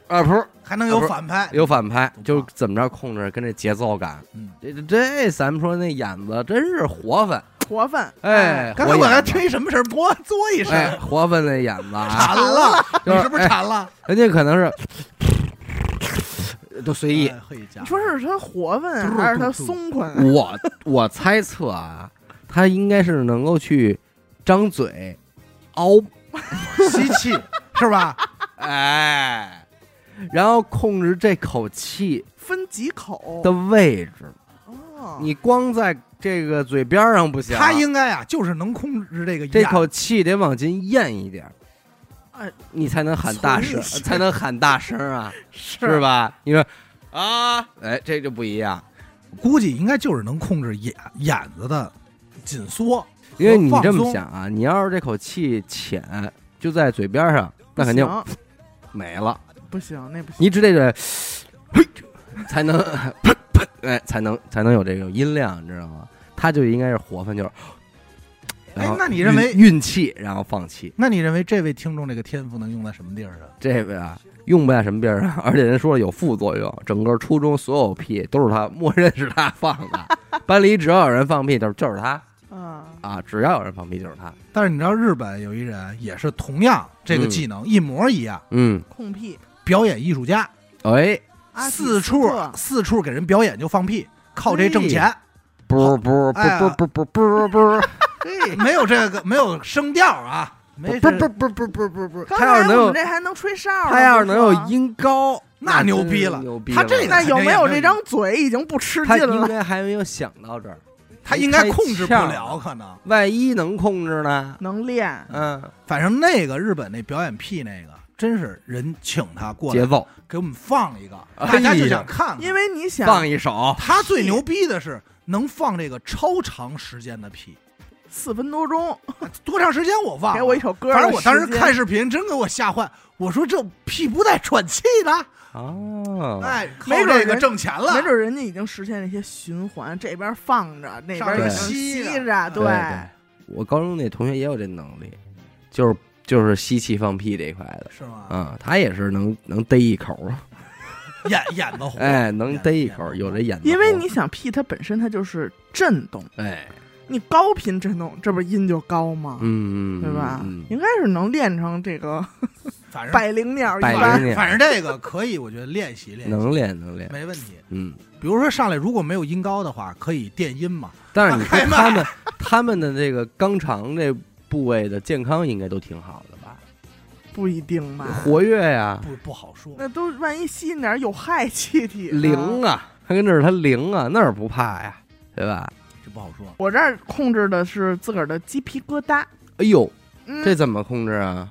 啊噗，
还能有反拍。
有反拍
不，
就是怎么着控制跟这节奏感。
啊嗯，
这这这，咱们说那眼子真是活泛，
活泛，
哎，
刚
活
才我还
眼子
推什么声？我嘬一声，
哎，活泛那眼子啊，
馋了，
就是哎
你是不是馋了？
人家可能 是都随意。
哎嘿家
你
伙
说是他活泛啊
嘟噜
还是
嘟噜
他
嘟噜
松快？
我我猜测啊，他应该是能够去张嘴凹，
吸气是吧？
哎，然后控制这口气
分几口
的位置。
哦，
你光在这个嘴边儿上不 行，
他应该啊，就是能控制这个
这
眼
口气得往进咽一点儿
哎，
你才能喊大声，
从一下
才能喊大声啊，是
是？
吧？你说啊，哎，这就不一样。
估计应该就是能控制眼眼子的紧缩，
因为你
和
这
放
么
松
想啊，你要是这口气浅，就在嘴边儿上，那肯定
不行
没了。
不行，那不行。
你只得得，嘿，才能砰砰，哎，才能才能有这种音量，你知道吗？他就应该是活泛，就是。
哎
然后
那你认为
运运气，然后放弃，
那你认为这位听众这个天赋能用在什么地儿呢？
这个啊，用不在什么地儿上，而且人说了有副作用，整个初中所有屁都是他默认是他放的，班里只要有人放屁，就是就是他
啊，
啊，只要有人放屁就是他，
但是你知道日本有一人啊也是同样这个
嗯
技能、一模一样，
嗯，
控屁，
表演艺术家，
哎，
阿基
四
斯
处
特
四处给人表演就放屁，靠这挣钱，
不不不
哎呀
不不不不不，
没有这个没有声调啊，没
不不
这
不不不不不，
刚
他要
才
是能
我们
有
这还能吹哨呢，
他要是能有
不说
音高，
那
真
牛逼
是
了
牛逼
他这个
那有没有这张嘴已经不吃
他
劲
应
了？
该还没有想到这儿，
他应该控制不
啊
了，可能。
万一能控制呢？
能练，
嗯，
反正那个日本那表演癖那个，真是人请他过
节
来
奏
给我们放一个，
哎
大家就
呀
想看看。
因为你想
放一首，
他最牛逼的是能放这个超长时间的屁，
四分多钟，
多长时间我忘了。
给我一首歌的
反
间。
正我当时看视频，真给我吓坏。我说这屁不带喘气的，
哦，
哎，
没
靠
准
这个
人
挣钱了，
没准人家已经实现了一些循环，这边放着，那
上
边
边已经
吸
吸
着
着，
对对，我高中那同学也有这能力，就是就是吸气放屁这一块的，
是吗？
嗯，他也是能能逮一口，
演演的活，
哎，能逮一口，
眼
有这眼子活，
因为你想屁，它本身它就是震动，
哎，
你高频震动，这不是音就高吗？
嗯，嗯
对吧
嗯？
应该是能练成这个
反正
百灵鸟一
百
般
灵，鸟
反正这个可以，我觉得练习练习
能练能练，
没问题。
嗯，
比如说上来如果没有音高的话，可以电音嘛。
但是你说
开麦
他们他们的这个肛肠这部位的健康应该都挺好的吧？
不一 定吧？
活跃呀，
不不好说。
那都万一吸进点有害气体呢
灵啊，他跟这儿他灵啊，那儿不怕呀，对吧？
这不好说。
我这儿控制的是自个儿的鸡皮疙瘩。
哎呦，
嗯，
这怎么控制啊？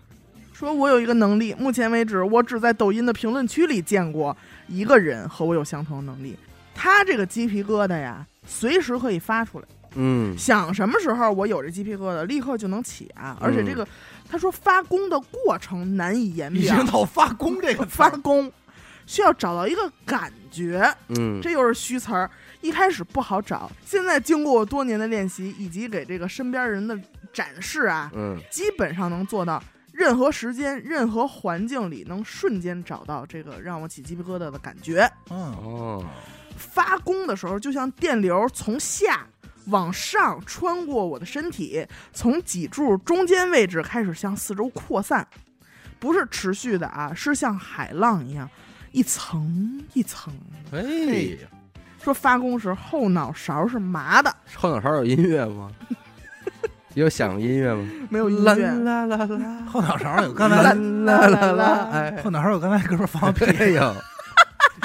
说我有一个能力，目前为止我只在抖音的评论区里见过一个人和我有相同能力。他这个鸡皮疙瘩呀，随时可以发出来，
嗯，
想什么时候我有这鸡皮疙瘩，立刻就能起啊！而且这
嗯
个，他说发功的过程难以言
已经
表，
到发功这个词
发
儿，
功需要找到一个感觉，
嗯，
这又是虚词儿，一开始不好找，现在经过我多年的练习以及给这个身边人的展示啊，
嗯，
基本上能做到任何时间、任何环境里能瞬间找到这个让我起鸡皮疙瘩的感觉。
嗯，
哦，
发功的时候，就像电流从下。往上穿过我的身体，从脊柱中间位置开始向四周扩散，不是持续的啊，是像海浪一样，一层一层的。
哎嘿，
说发功时后脑勺是麻的，
后脑勺有音乐 吗？有响音乐吗？
没有音
啦
乐，
啦啦啦，
后脑勺有刚
啦
才
啦啦啦，
后
哎，
脑勺有刚才哥们儿放屁
哎呦，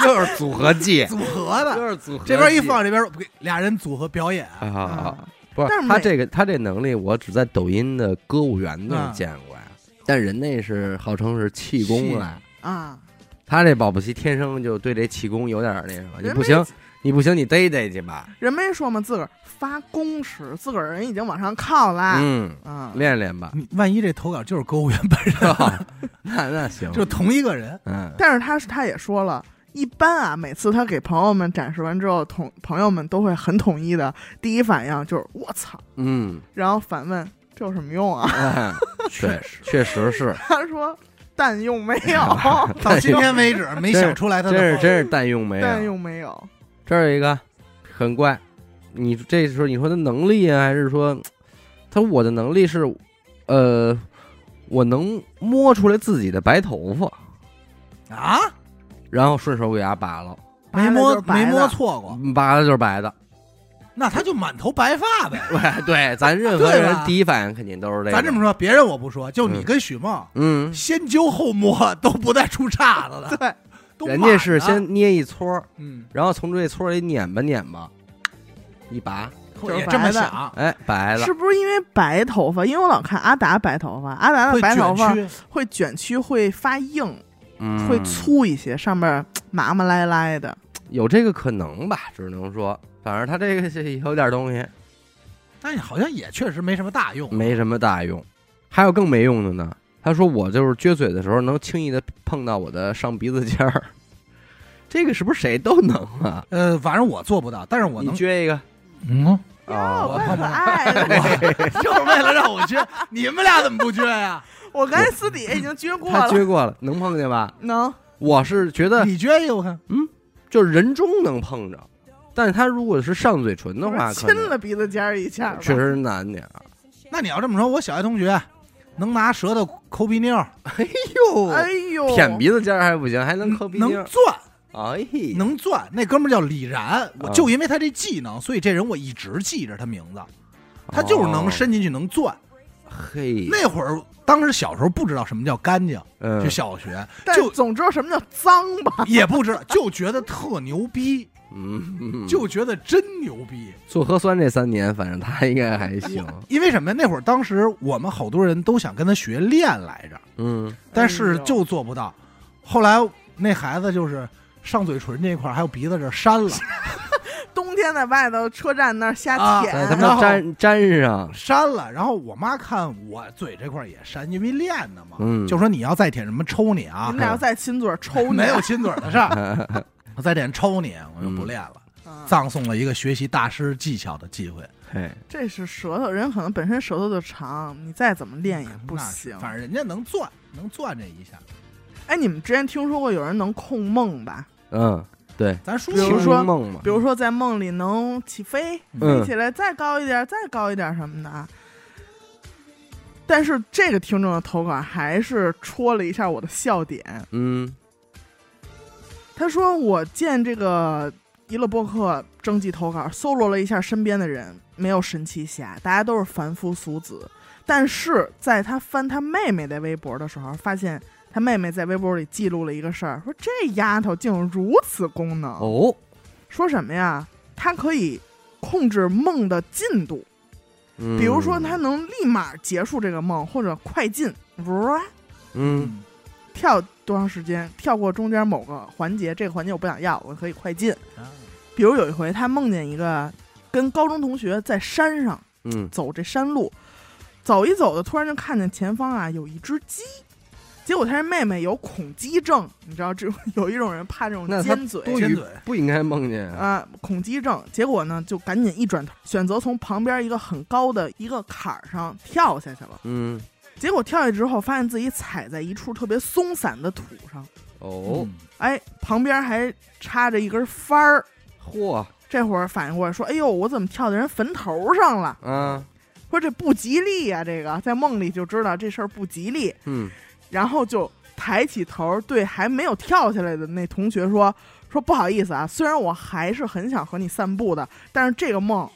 又是组合技，
组合的，
又是组合技，
这边一放，这边俩人组合表演。
啊，好好好
啊，
不是
但是
他
每
这个他这能力，我只在抖音的歌舞员那儿
啊
嗯。
见过呀。但人那是号称是气功啊，
啊，
他这保不齐天生就对这气功有点那什么，你
人
不
没
行，你不行，你逮逮去吧。
人没说嘛，自个儿发功时，自个儿人已经往上靠啦，
嗯，
啊，
练练吧
你万一这投稿就是歌舞员本人，
那那行，
就是同一个人，
嗯，
但是他是他也说了。一般啊，每次他给朋友们展示完之后，同朋友们都会很统一的第一反应就是我操，
嗯，
然后反问这有什么用啊？
哎对，确实是，
他说但用没有，
到今天为止没想出来他
真
的
是
风格。
真是蛋用没
但
有。
用没有，
这儿有一个很怪，你这时候你说他能力啊，还是说他我的能力是，呃，我能摸出来自己的白头发，
啊，
然后顺手给它拔了，
没
白
摸
的就是白
没
的
摸错过，
拔了就是白的。
那他就满头白发呗。
对对，咱任何
对
人
吧
第一反应肯定都是这个。
咱这么说，别人我不说，就你
嗯
跟许梦
嗯，
先揪后摸都不带出岔子 的。
对，
都
人家
满
是
的
先捏一撮儿，
嗯，
然后从这撮儿里捻吧捻吧，一拔，
是
也这么
白的
想，
哎，白了
是。不是因为白头发？因为我老看阿达白头发，阿达的
会
白头发
卷曲
会卷曲，会发硬，
嗯
会粗一些，上面麻麻赖赖的。
有这个可能吧，只能说，反正他这个是有点东西，
但是好像也确实没什么大用。
没什么大用。还有更没用的呢，他说我就是撅嘴的时候能轻易的碰到我的上鼻子尖儿，这个是不是谁都能啊？
呃，反正我做不到，但是我
你
能，
撅一个
嗯，
啊，
哟
我
我
怪
碰
可
碰
爱的。
就是为了让我撅。你们俩怎么不撅呀？
我刚才私底下已经撅过
他
了，
撅过了，能碰见吧？
能
我是觉得
你撅一个，我看
就是人中能碰着，但是他如果是上嘴唇的话，可
亲
能
了鼻子尖儿一下吧，
确实难点儿。
那你要这么说，我小学同学能拿舌头抠鼻妞儿，
哎
哟，
呦，
舔鼻子尖儿还不行，还能抠鼻
能
尖儿，
钻，
哎，
能钻。那哥们儿叫李然，我
啊
就因为他这技能，所以这人我一直记着他名字。他就是能
哦，
伸进去，能钻。
嘿，
那会儿，当时小时候不知道什么叫干净，
嗯
就小学
但
就
总知道什么叫脏吧？
也不知道，就觉得特牛逼。
嗯，嗯
就觉得真牛逼。
做核酸这三年，反正他应该还 行。
因为什么呀？那会儿当时我们好多人都想跟他学练来着，
嗯，
但是就做不到。后来那孩子就是上嘴唇这一块儿还有鼻子这儿删 了，
冬天在外头车站那儿瞎
啊
舔，
哎在他
然
妈
后
粘粘上，
删了。然后我妈看我嘴这块儿也删，因为练的嘛，
嗯，
就说你要再舔什么抽你
你
啊
们，俩要再亲嘴儿抽你， 啊
没有亲嘴儿的事儿， 我再舔抽你，我就不
嗯
练了。
啊
葬送了一个学习大师技巧的机会，
嘿，
这是舌头，人可能本身舌头就长，你再怎么练也哎不
那是
行。
反正人家能钻，能钻这一下。
哎，你们之前听说过有人能控梦吧？
嗯，对，
咱说
比如
清
说
明梦嘛
比，如说在梦里能起飞，飞
嗯
起来再高一点，再高一点什么的啊。但是这个听众的投稿还是戳了一下我的笑点。
嗯
他说：“我见这个娱乐播客征集投稿，搜罗了一下身边的人，没有神奇侠，大家都是凡夫俗子。但是在他翻他妹妹的微博的时候，发现他妹妹在微博里记录了一个事儿，说这丫头竟有如此功能。
哦，
说什么呀？她可以控制梦的进度，
比
比如
嗯
说她能立马结束这个梦，或者快进，哇
嗯
嗯，
跳多长时间，跳过中间某个环节，这个环节我不想要，我可以快进。”
啊
比如有一回，他梦见一个跟高中同学在山上
嗯
走这山路，走一走的，突然就看见前方啊有一只鸡。结果他是妹妹有恐鸡症，你知道这种 有一种人怕这种
那他
尖嘴
多
尖
余
嘴
不应该梦见啊，
啊、恐鸡症。结果呢就赶紧一转头，选择从旁边一个很高的一个坎儿上跳下去了。
嗯
结果跳下去之后，发现自己踩在一处特别松散的土上，
哦，
嗯
哎，旁边还插着一根幡儿。
嚯
这会儿反应过来说：“哎呦，我怎么跳在人坟头上了
啊，？”
说这不吉利呀、这个在梦里就知道这事儿不吉利，
嗯
然后就抬起头对还没有跳下来的那同学说：“说不好意思啊，虽然我还是很想和你散步的，但是这个梦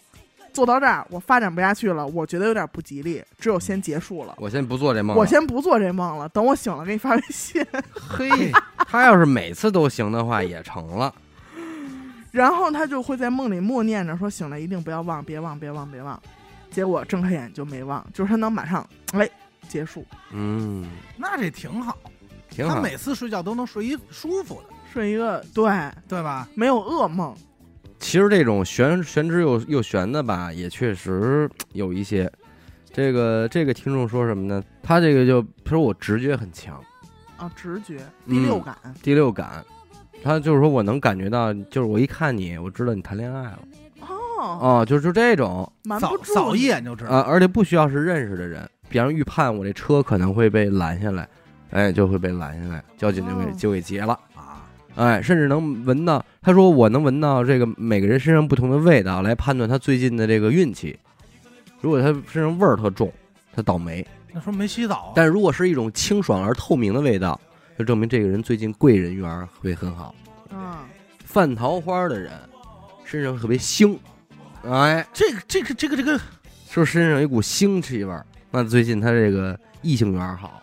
做到这儿我发展不下去了，我觉得有点不吉利，只有先结束了。”
我先不做这梦了，
我先不做这梦了，等我醒了给你发微信。
嘿，他要是每次都行的话也成了，
然后他就会在梦里默念着说：“醒了一定不要忘，别忘，别忘，别忘。”结果睁开眼就没忘，就是他能马上哎结束，
嗯，
那这挺好，
挺
他
好，
每次睡觉都能睡一舒服的，
睡一个对，
对吧？
没有噩梦。
其实这种玄玄之又又玄的吧，也确实有一些。这个这个听众说什么呢？他这个就他说我直觉很强，
啊，直觉、第
嗯
六感，
第六感，他就是说我能感觉到，就是我一看你，我知道你谈恋爱了
哦，
哦，就就这种
瞒
扫
不住
扫一
你
眼就知道。
啊，而且不需要是认识的人，比方预判我这车可能会被拦下来，哎，就会被拦下来，交警就给
哦
就给截了。
啊，
哎，甚至能闻到，他说我能闻到这个每个人身上不同的味道，来判断他最近的这个运气。如果他身上味儿特重，他倒霉；
那说没洗澡，啊
但如果是一种清爽而透明的味道，就证明这个人最近贵人缘儿会很好。
嗯，
犯桃花的人身上特别腥，哎，
这个这个这个这个，
说身上有一股腥气味儿，那最近他这个异性缘儿好，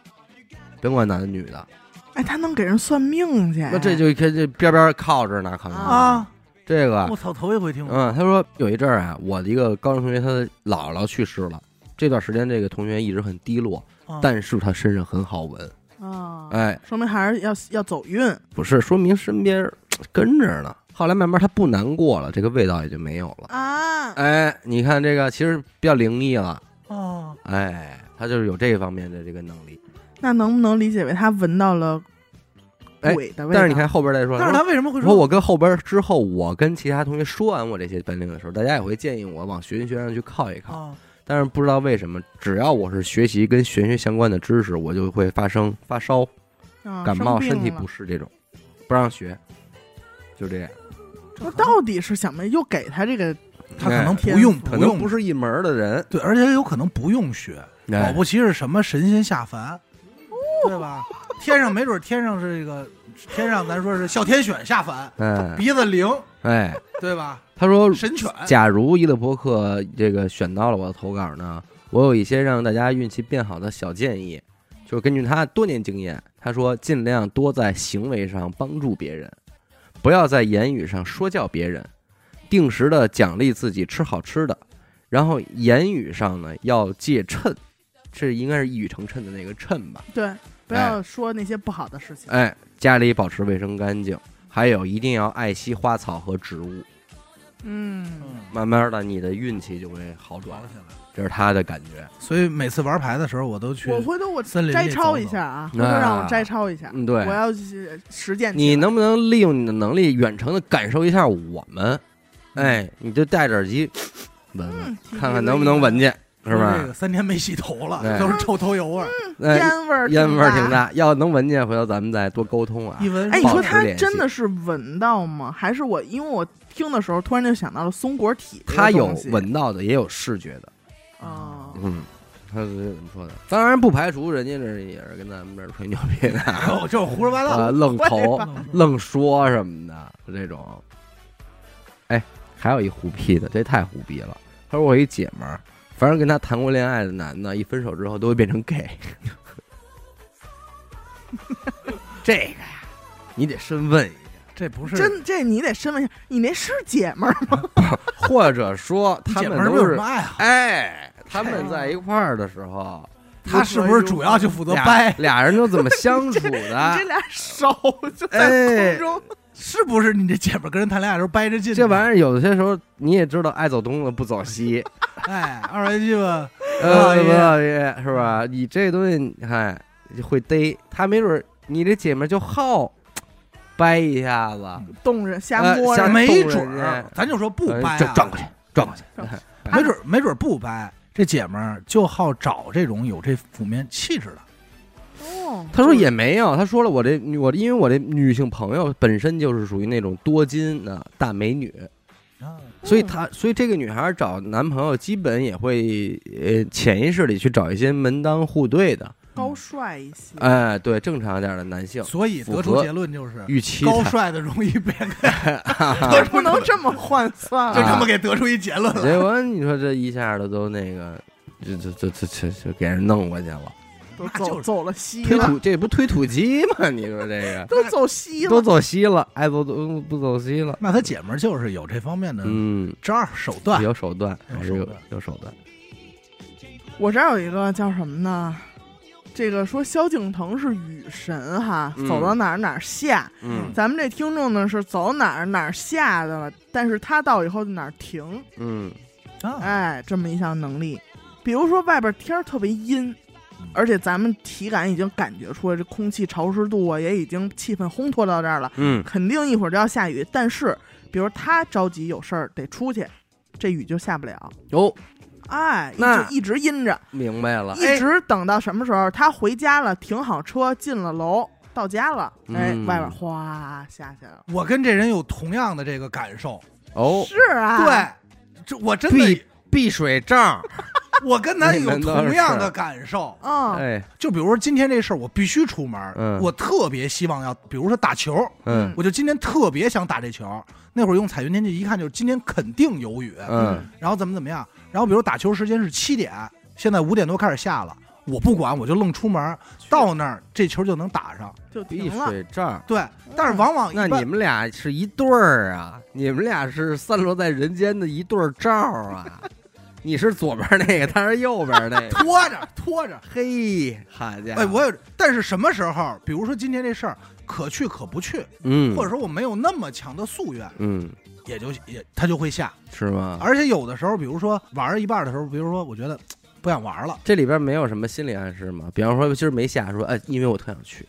甭管男的女的，
哎，他能给人算命去，
那这就看这边边靠着呢，靠着呢
啊，
这个
我操，头一回听过。
嗯，他说有一阵儿啊，我的一个高中同学他的姥姥去世了，这段时间这个同学一直很低落，
啊
但是他身上很好闻，
啊，
哎，
说明还是要要走运。
不是说明身边儿跟着呢。后来慢慢他不难过了，这个味道也就没有了。
啊，
哎，你看这个其实比较灵异了，
啊，
哎，他就是有这方面的这个能力。
那能不能理解为他闻到了
哎
鬼的味道？
但是你看后边再说，
但是他为什么会
说
说
我跟后边之后，我跟其他同学说完我这些本领的时候，大家也会建议我往玄学上去靠一靠。
啊？
但是不知道为什么，只要我是学习跟玄学相关的知识，我就会发生发烧、
啊
感冒、
生病
身体
了
不适这种，不让学，就这样。
那到底是想没又给他这个
他可能
哎
不用，
天赋
可
不
能
用
不是一门儿的人，
对，而且有可能不用学，保
哎
不齐是什么神仙下凡，对吧？天上没准天上是这个，天上咱说是哮天犬下凡，
哎
鼻子灵，
哎，
对吧？
他说，
神犬
假如一乐博客这个选到了我的投稿呢，我有一些让大家运气变好的小建议，就是根据他多年经验，他说尽量多在行为上帮助别人，不要在言语上说教别人，定时的奖励自己吃好吃的，然后言语上呢要戒称，这应该是一语成谶的那个谶吧？
对，不要说那些不好的事情。
哎，家里保持卫生干净，还有一定要爱惜花草和植物。
嗯，
嗯，
慢慢的，你的运气就会好转
好，起来。
这是他的感觉。
所以每次玩牌的时候，我都去
我回头我
森林
摘
里走
抄
走
一下。啊，回
那
头让我摘抄一下。
嗯，对
我，要去实践起来。
你能不能利用你的能力，远程的感受一下我们？哎，你就戴着耳机闻闻，
嗯
看看能不能闻见，是
说
吧
这？个三天没洗
哎
头了，都是臭头油味儿，
哎
烟味儿
烟味儿挺
挺。
大，要能闻见，回头咱们再多沟通啊
一。闻
哎，你说
保持
他
联系
真的是闻到吗？还是我因为我听的时候突然就想到了松果体这个
他有
东西
闻到的，也有视觉的，
啊？
嗯，他是怎么说的？当然不排除人家这也是跟咱们这儿吹牛逼的
我就是胡说八
啊，
道。
愣投
我、
愣说什么的这种。哎，还有一胡逼的，这太胡逼了。他说我有一姐们儿，凡是跟他谈过恋爱的男的，一分手之后都会变成 gay。这个呀，你得深问一下。
这不是
真这你得深问一下，你那是姐们儿吗？
或者说
你
他
姐
们
们儿
都
有什
是
么啊爱好？
哎，他们在一块儿的时候，
他是不是主要就负责
俩
掰？
俩人都怎么相 处
你这
的？哎
俩手就在 空中，
是不是你这姐们儿跟人谈恋爱的时候掰着劲呢？
这玩意儿有些时候你也知道，爱走东了不走西，
哎，二来句吧，
呃，
不
不
好
老爷是吧？你这东西，哎，会逮他，没准儿你这姐们就好掰一下子，
动着瞎
呃
摸
瞎
着，
没
动
准
人家
儿，咱就说不
呃
掰、
转
啊，
转过去，转过去，
没准儿没准儿不掰。这姐们儿就好找这种有这负面气质的，
哦
他说也没有，他说了我这我因为我这女性朋友本身就是属于那种多金的大美女，
啊
所以
嗯
她所以这个女孩找男朋友基本也会呃潜意识里去找一些门当户对的，
高帅一些，
哎、对正常一点的男性
嗯所以得
符合
出结论就是
预期
高
她
帅的容易 被
也不能这么换算
就
啊
了。
这么给得出一结论了。
结果你说这一下子都那个。这这这这这这给人弄过去了，
都
那就
走
是
走了西
推
了，
土 这不推土机吗？你说这 个
都走西
都
了，
走西了，爱走都不走西了。
那他姐们儿就是有这方面的
嗯，
招儿手段，
有手段，还是
有手
有
段
有手段。
我这儿有一个叫什么呢？这个说萧敬腾是雨神哈，
嗯
走到哪儿哪儿下。
嗯
咱们这听众呢是走哪儿哪儿下的了，但是他到以后就哪儿停，
嗯
啊
哎，这么一项能力。比如说外边天儿特别阴，
嗯
而且咱们体感已经感觉出来这空气潮湿度啊，也已经气氛烘托到这儿了，
嗯
肯定一会儿就要下雨。但是，比如他着急有事儿得出去，这雨就下不了，
哦，
哎，
那啊哎
就一直阴着。
明白了。
一直等到什么时候？他回家了，停好车，进了楼，到家了，哎，
嗯
外边哗下起来了。
我跟这人有同样的这个感受，
哦，
是啊，，
对，这我真的
必避水账。
我跟他有
那难道
同样的
是
感受。
嗯
哎，
就比如说今天这事儿，我必须出门儿，
嗯
我特别希望要，比如说打球，
嗯
我就今天特别想打这球。那会儿用彩云天气一看就是今天肯定有雨，
嗯
然后怎么怎么样，然后比如打球时间是七点，现在五点多开始下了，我不管，我就愣出门儿，到那儿这球就能打上。
就
避
停了。
水账。
对，但是往往一
那
般
你们俩是一对儿啊？你们俩是散落在人间的一对儿照啊？ 你是左边那个，他是右边那个。
拖着 拖着，
嘿，好家伙！
哎，我有，但是什么时候，比如说今天这事儿可去可不去，
嗯，
或者说我没有那么强的夙愿，
嗯，
也就也它就会下。
是吗？
而且有的时候，比如说玩一半的时候，比如说我觉得嘖不想玩了，
这里边没有什么心理暗示吗？比方说今儿没下，说哎，因为我特想去，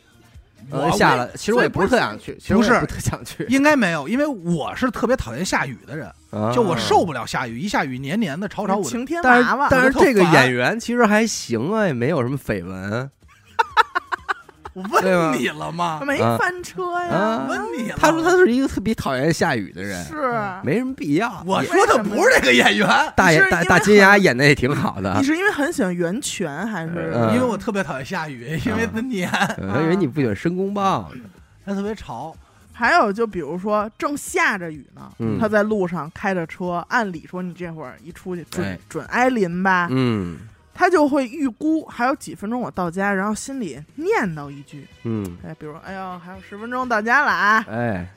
我
呃，下了，其实我也不是特想去，其实我也
不是
不特想去，
应该没有，因为我是特别讨厌下雨的人，
啊
就我受。不了下雨，一下雨黏黏的潮潮我就。
晴天
但是
娃娃，
但是
我特
这个
烦
演员其实还行啊，也没有什么绯
嗯
闻。
我
对吧
问你了吗？
没翻车呀
啊，
问你了。
他说他是一个特别讨厌下雨的人，嗯
是。
没什么必要。
啊我说的不是这个演员，
大
你
爷
是
大
因为
大
很
金牙演的也挺好 的
你，是因为很喜欢袁泉还是？
啊嗯
因为我特别讨厌下雨，因为它黏，
嗯他以为你不喜欢申公豹呢。
它特别潮。
还有就比如说正下着雨呢，
嗯
他在路上开着车，按理说你这会儿一出去准、
哎
准挨淋
啊
吧，
嗯
他就会预估还有几分钟我到家，然后心里念叨一句，
嗯，
哎，比如哎呦还有十分钟到家了啊，
哎，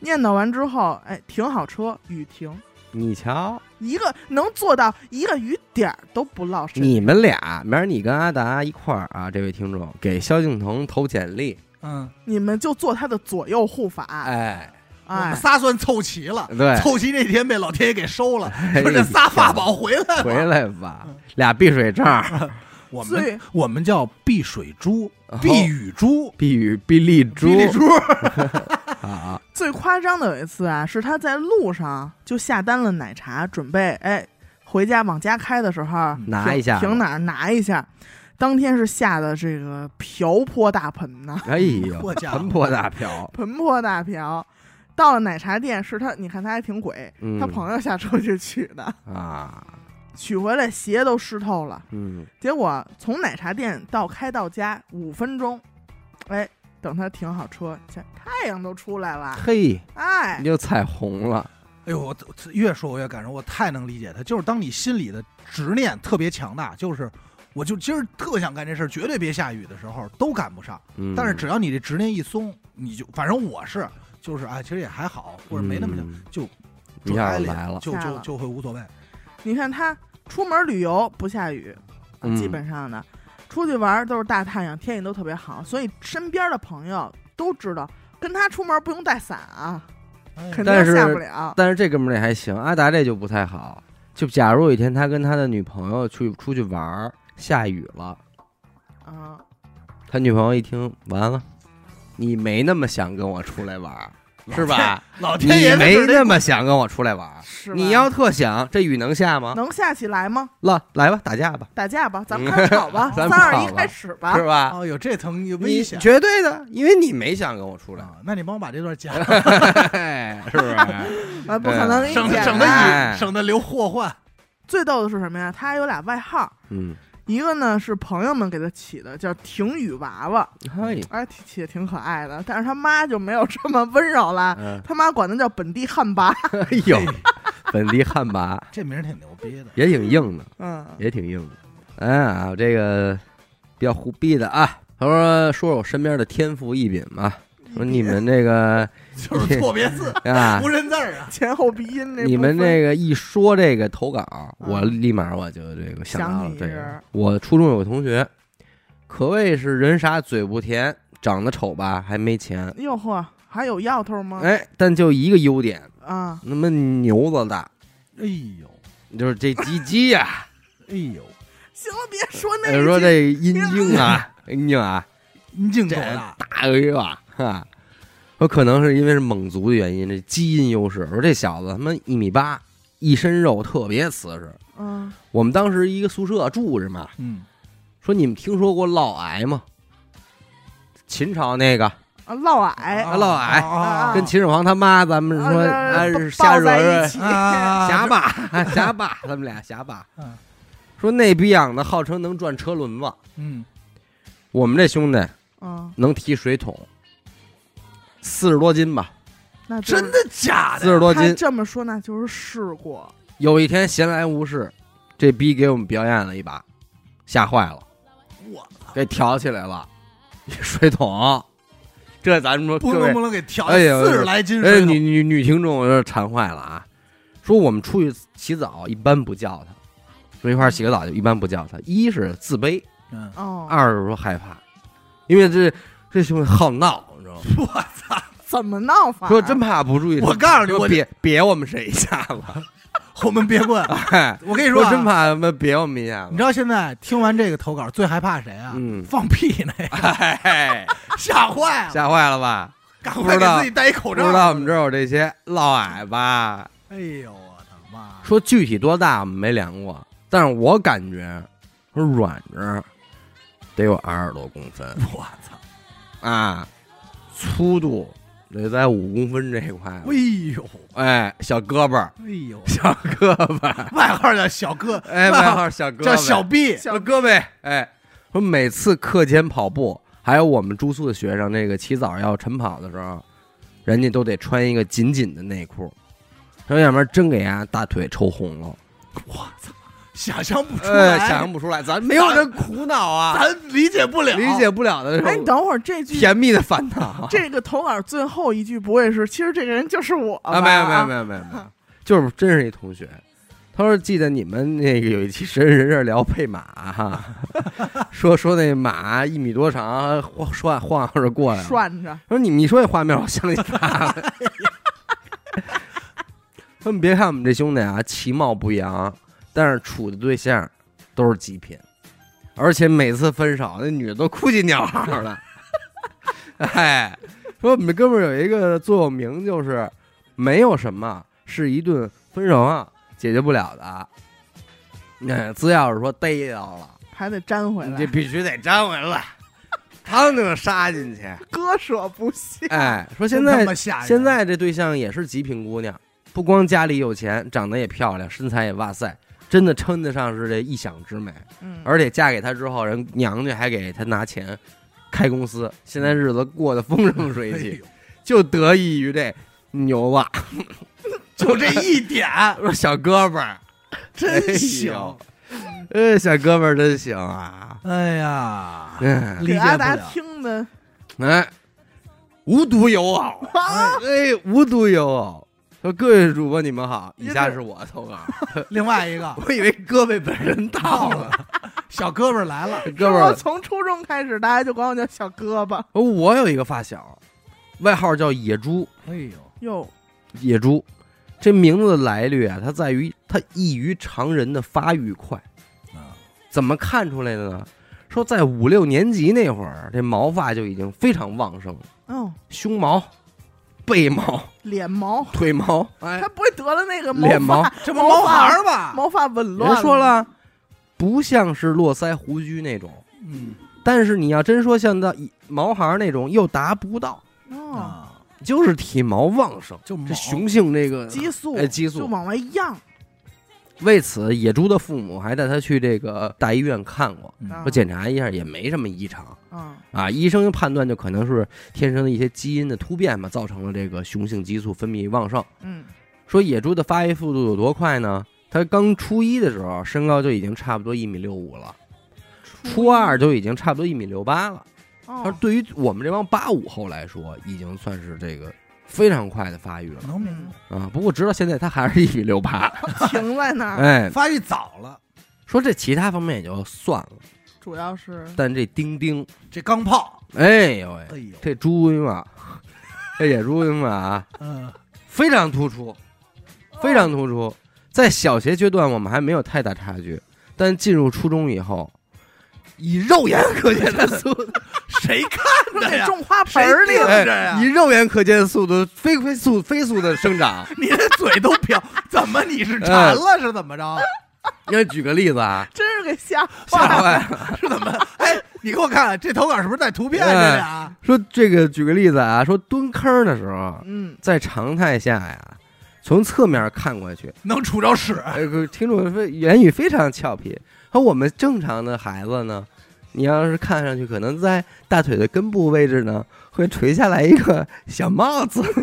念叨完之后，哎，停好车，雨停，
你瞧，
一个能做到一个雨点儿都不落身。
你们俩，明儿你跟阿达一块儿啊，这位听众给萧敬腾投简历，
嗯，
你们就做他的左右护法，哎，
哎，
我们仨算凑齐了，
对，
凑齐那天被老天爷给收了，
哎
说这仨法宝回来
回
了。
来吧
嗯，
俩避水罩儿，
我
最
们我们叫避水珠、
哦
避雨珠、
避雨避丽珠
避丽珠，
啊，
最夸张的有一次啊，是他在路上就下单了奶茶，准备哎回家往家开的时候
嗯
拿一下
停哪儿拿一下。当天是下的这个瓢泼大盆呐、
哎呦，
我家伙
盆泼大瓢，
盆泼大瓢。到了奶茶店是他，你看他还挺鬼，
嗯
他朋友下车去取的，
啊，
取回来鞋都湿透了。
嗯，
结果从奶茶店到开到家五分钟，哎，等他停好车，这太阳都出来了，
嘿，
哎
你，就彩虹了，
哎呦，我我越说我越感受，我太能理解他。就是当你心里的执念特别强大，就是我就今儿特想干这事儿，绝对别下雨的时候都赶不上。
嗯
但是只要你这执念一松，你就反正我是就是哎，其实也还好，或者没那么想，
嗯
就
一下就来了，
就
下
就
了
就会无所谓。
你看他出门旅游不下雨，
嗯
基本上呢，出去玩都是大太阳，天气都特别好，所以身边的朋友都知道，跟他出门不用带伞啊，
哎
肯
但
定
是
下不了。
但是这哥们儿这还行，阿达这就不太好。就假如有一天他跟他的女朋友去出去玩儿，下雨了，
啊，
他女朋友一听，完了，你没那么想跟我出来玩儿，是吧？
老
你
天爷
没
的事儿
那么想跟我出来玩儿。
是吧
你要特想，这雨能下吗？
能下起来吗？
了，来吧，打架吧，，
打架吧，咱们开始吵吧三
嗯 咱们
二
吵
一
吧
开始吧
是。吧？
哦，有这层有危
你
险
绝对的，因为你没想跟我 出来，
啊！那你帮我把这段剪了，
哎是不是？
啊，不可能给你
省得
剪
省得
的
哎
雨，省得留祸患。
最逗的是什么呀？他还有俩外号，
嗯，
一个呢是朋友们给他起的，叫“停雨娃娃
嘿”，，
哎，起起的挺可爱的。但是他妈就没有这么温柔了，
嗯，
他妈管他叫本地旱魃。
哎呦，本地旱魃
这名儿挺牛逼 的。
也挺硬的。
嗯，
也挺硬的。哎呀，这个比较胡逼的啊。他说：“说说我身边的天赋异禀嘛，说你们这个
就是错别字，
啊
不，认字儿啊。
前后鼻音那
你们
部分嗯
这个一说这个投稿，我立马我就这个想到
想
了
起
这个
人。
我初中有个同学，可谓是人傻嘴不甜，长得丑吧还没钱，
哟呵，还有药头吗？
哎，但就一个优点，
啊，
那么牛子大，
哎呦，
就是这鸡鸡呀、
哎呦，
行了，别说 那
呃
一
说
句
这阴茎 啊，阴茎啊，
你净
这
狗大，
大个月吧，哈，我可能是因为是蒙族的原因，这基因优势。我说这小子他妈一米八，一身肉，特别瓷实。
嗯，
我们当时一个宿舍住着嘛，
嗯，
说你们听说过嫪毐吗？秦朝那个
啊，嫪毐
啊嫪毐
啊
跟秦始皇他妈，咱们说
啊这
哎
抱
瞎惹
在一
惹
起
啊，
侠霸侠霸，他们俩侠霸
嗯。
说那逼样的号称能转车轮子，
嗯，
我们这兄弟
嗯，
能提水桶，四十多斤吧，
那就是
真的假的？
四十多
他
斤。
这么说，那就是试过。
有一天闲来无事，这逼给我们表演了一把，吓坏了，
我
给挑起来了，一水桶，这咱们说
扑
各
棱
位
扑，棱给调
哎呦
四十来斤
哎，
水
女
桶，
女女听众有点馋坏了啊，说我们出去洗澡一般不叫他，说一块儿洗个澡就一般不叫他，一是自卑，
嗯，
哦，
二是说害怕，因为这这兄弟好闹，你知道吗？
我操！
怎么闹法？
说真怕不注意，
我告诉你，
说
我
别别我们谁一下 子，
我们别问。
哎，
我跟你
说
啊
真，怕他妈别我们一下子，
你知道现在听完这个投稿最害怕谁啊？
嗯
放屁那个，
哎，
吓坏了，
吓坏了吧？
赶
不
快
知
给
道
自己戴一口
不
罩。
知道我们这儿有这些嫪毐吧？
哎呦，我的妈！
说具体多大我们没量过，但是我感觉说软着得有二十多公分
我操！
啊，粗度得在五公分这一块。
哎呦，
哎，小胳膊儿，
哎呦，
小胳膊儿，
外号叫小哥，
哎，外号小胳膊，
叫小 B，
小胳膊。哎，说每次课间跑步，还有我们住宿的学生，那个起早要晨跑的时候，人家都得穿一个紧紧的内裤，说要不然真给人家大腿抽红了。
我操，想象不出
呃，
来，
想象不出来，咱没有人苦恼啊，
咱理解不了，
理解不了的
哎，
这
你
种
等会儿这句
甜蜜的烦 恼。
这个投稿最后一句不会是，其实这个人就是我吧
啊，没有没有没有没有没有，就是真是一同学，他说记得你们那个有一期神人人事聊配马哈， 说说那马一米多长，晃涮晃悠着过来了，
涮着，
说你们一说这画面，我想起他了。他们别看我们这兄弟啊，其貌不扬，但是处的对象都是极品，而且每次分手，那女的都哭唧尿嚎的。哎，说我们这哥们儿有一个座右铭，就是没有什么是一顿分手啊解决不了的。那只要是说逮到了，
还得粘回
你
来
这，必须得粘回来， 趟就杀进去。
割舍不下。
哎，说
真
现
他
在
妈吓人
现在这对象也是极品姑娘，不光家里有钱，长得也漂亮，身材也哇塞，真的称得上是这一想之美。
嗯，
而且嫁给他之后，人娘家还给他拿钱开公司，现在日子过得风生水
哎
起，
呦
就得益于这牛啊，
就这一点，
小哥们儿，
真
哎。
行
呦呃，小哥们儿真行啊，
哎呀，
嗯，
理
给
解
阿
不
达
了。
听的
哎，无独有偶，
啊，
哎，无独有偶。说各位主播你们好，以下是我投稿。
另外一 个
我以为胳膊本人到
到
了
了，， 小胳膊来了，
哥们儿呃
说，从初中开始，大家就管我叫小胳膊。
我有一个发小，外号叫野猪，
哎呦，
哟，
野猪，这名字的来历啊，它在于它异于常人的发育快。
啊，
怎么看出来的呢？说在五六年级那会儿，这毛发就已经非常旺盛了，
哦，
胸毛、背毛、
脸毛，
腿毛，哎
他，不会得了那个
脸毛
毛发，
这不
毛
毛孩
发
儿吧？
毛发紊
人
乱。
说，了，不像是络腮胡须那种，
嗯
但是你要真说像那毛孩儿那种，又达不到，
哦，
啊，
就是体毛旺盛。
就毛
这雄性这个
激素，
哎激素
就往外漾。
为此，野猪的父母还带他去这个大医院看过，
嗯
啊
说检查一下也没什么异常
啊，
啊。医生判断就可能是天生的一些基因的突变嘛，造成了这个雄性激素分泌旺盛。
嗯，
说野猪的发育速度有多快呢？它刚初一的时候，身高就已经差不多一米六五了，初二就已经差不多一米六八了。他说
哦，
对于我们这帮八五后来说，已经算是这个非常快的发育了
能明白
啊。不过直到现在，他还是一米六八。
停在那儿，
哎，
发育早了，
说这其他方面也就算了，
主要是
但这丁丁，
这钢炮，
哎呦喂，
哎呦，
这猪因啊，这野猪因啊，
嗯，
非常突出，非常突出。在小学阶段，我们还没有太大差距，但进入初中以后，以肉眼可见的速度，
谁看
说
的
得
呀？
种花盆
谁
儿里
定
了
哎
着呀
以？肉眼可见的速度飞飞速飞速的生长。
你这嘴都 瓢，怎么你是馋了是怎么着？
因为举个例子啊，
真是给吓
吓
坏了。
坏了
是怎么？哎，你给我看看这投稿是不是带图片？这俩
说这个举个例子啊，说蹲坑的时候，
嗯，
在常态下呀，从侧面看过去。
能杵着 屎？
哎，可听众非言语非常俏皮，而我们正常的孩子呢，你要是看上去可能在大腿的根部位置呢，会垂下来一个小帽子。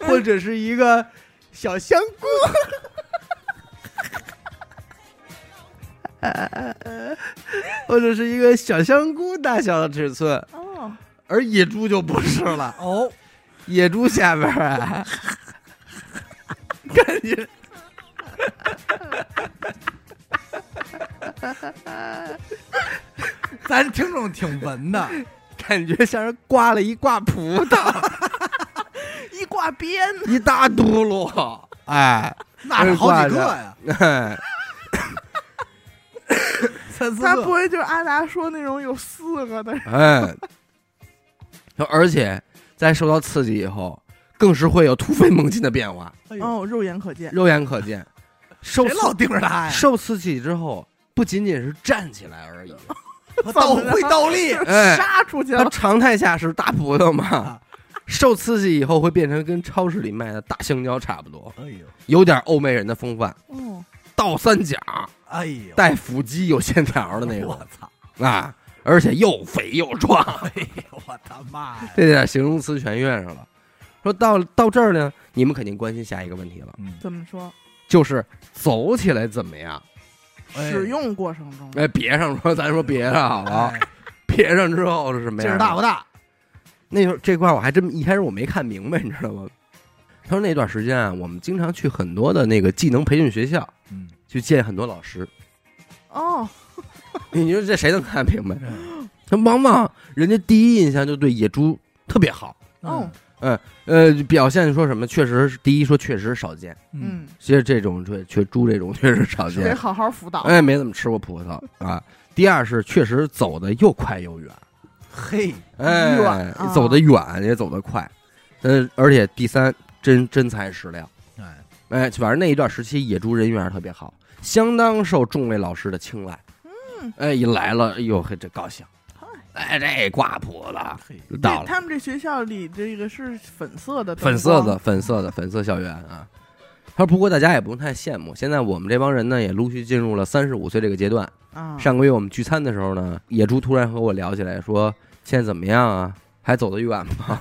或者是一个小香菇，或者是一个小香菇大小的尺寸，
哦，
而野猪就不是了。
哦，
野猪下边儿啊，感觉。
咱听众挺文 的，
感觉像是挂了一挂葡萄，
一挂鞭子，
一大嘟噜，哎，
那是好几 个呀，
哎
三四
他不
个。
会就是阿达说那种有四个的人，
哎，而且在受到刺激以后，更是会有突飞猛进的变化，
哎呦，
哦，肉眼可见。
肉眼可见。受
谁老啊盯着他呀？
受刺激之后，不仅仅是站起来 而已，
他倒会倒立，
哎
杀出去
它
了，
常态下是大葡萄嘛
啊，
受刺激以后会变成跟超市里卖的大香蕉差不多，
哎呦，
有点欧美人的风范，
哦，
倒三角
哎呦，
带腹肌有线条的那
我
种
操！
啊，而且又肥又壮，
哎呦，我他妈呀！
这点形容词全用上了。说到到这儿呢，你们肯定关心下一个问题了，
嗯，
怎么说？
就是走起来怎么样？
哎
使用过程中，
哎，别上说，咱说别上好了，
哎
别上之后是什么
劲
样
儿
的？
大不大？
那时候这块儿我还真一开始我没看明白，你知道吗？他说那段时间啊，我们经常去很多的那个技能培训学校
嗯，
去见很多老师。
哦，
你说这谁能看明白？
嗯
他往往人家第一印象就对野猪特别好，
哦，
呃，表现说什么确实是第一说确实少见，
嗯，
嗯，
其实这种确确猪这种 确实少
得
见，
好好辅导。
哎，没怎么吃过葡萄啊。第二是确实走的又快又远，
嘿，
哎，
远啊
走得远也走得快，呃，而且第三真真材实料。
哎，
哎，反正那一段时期，野猪人缘特别好，相当受众位老师的青睐。嗯，哎，一来了，哎呦，嘿，这高兴，哎，这挂谱了，
嘿，
到
这
了，
他们这学校里这个是粉色的灯光，
粉色的，粉色的，粉色校园啊。他说：“不过大家也不用太羡慕，现在我们这帮人呢，也陆续进入了三十五岁这个阶段。
啊，
上个月我们聚餐的时候呢，野猪突然和我聊起来，说现在怎么样啊？还走得远吗？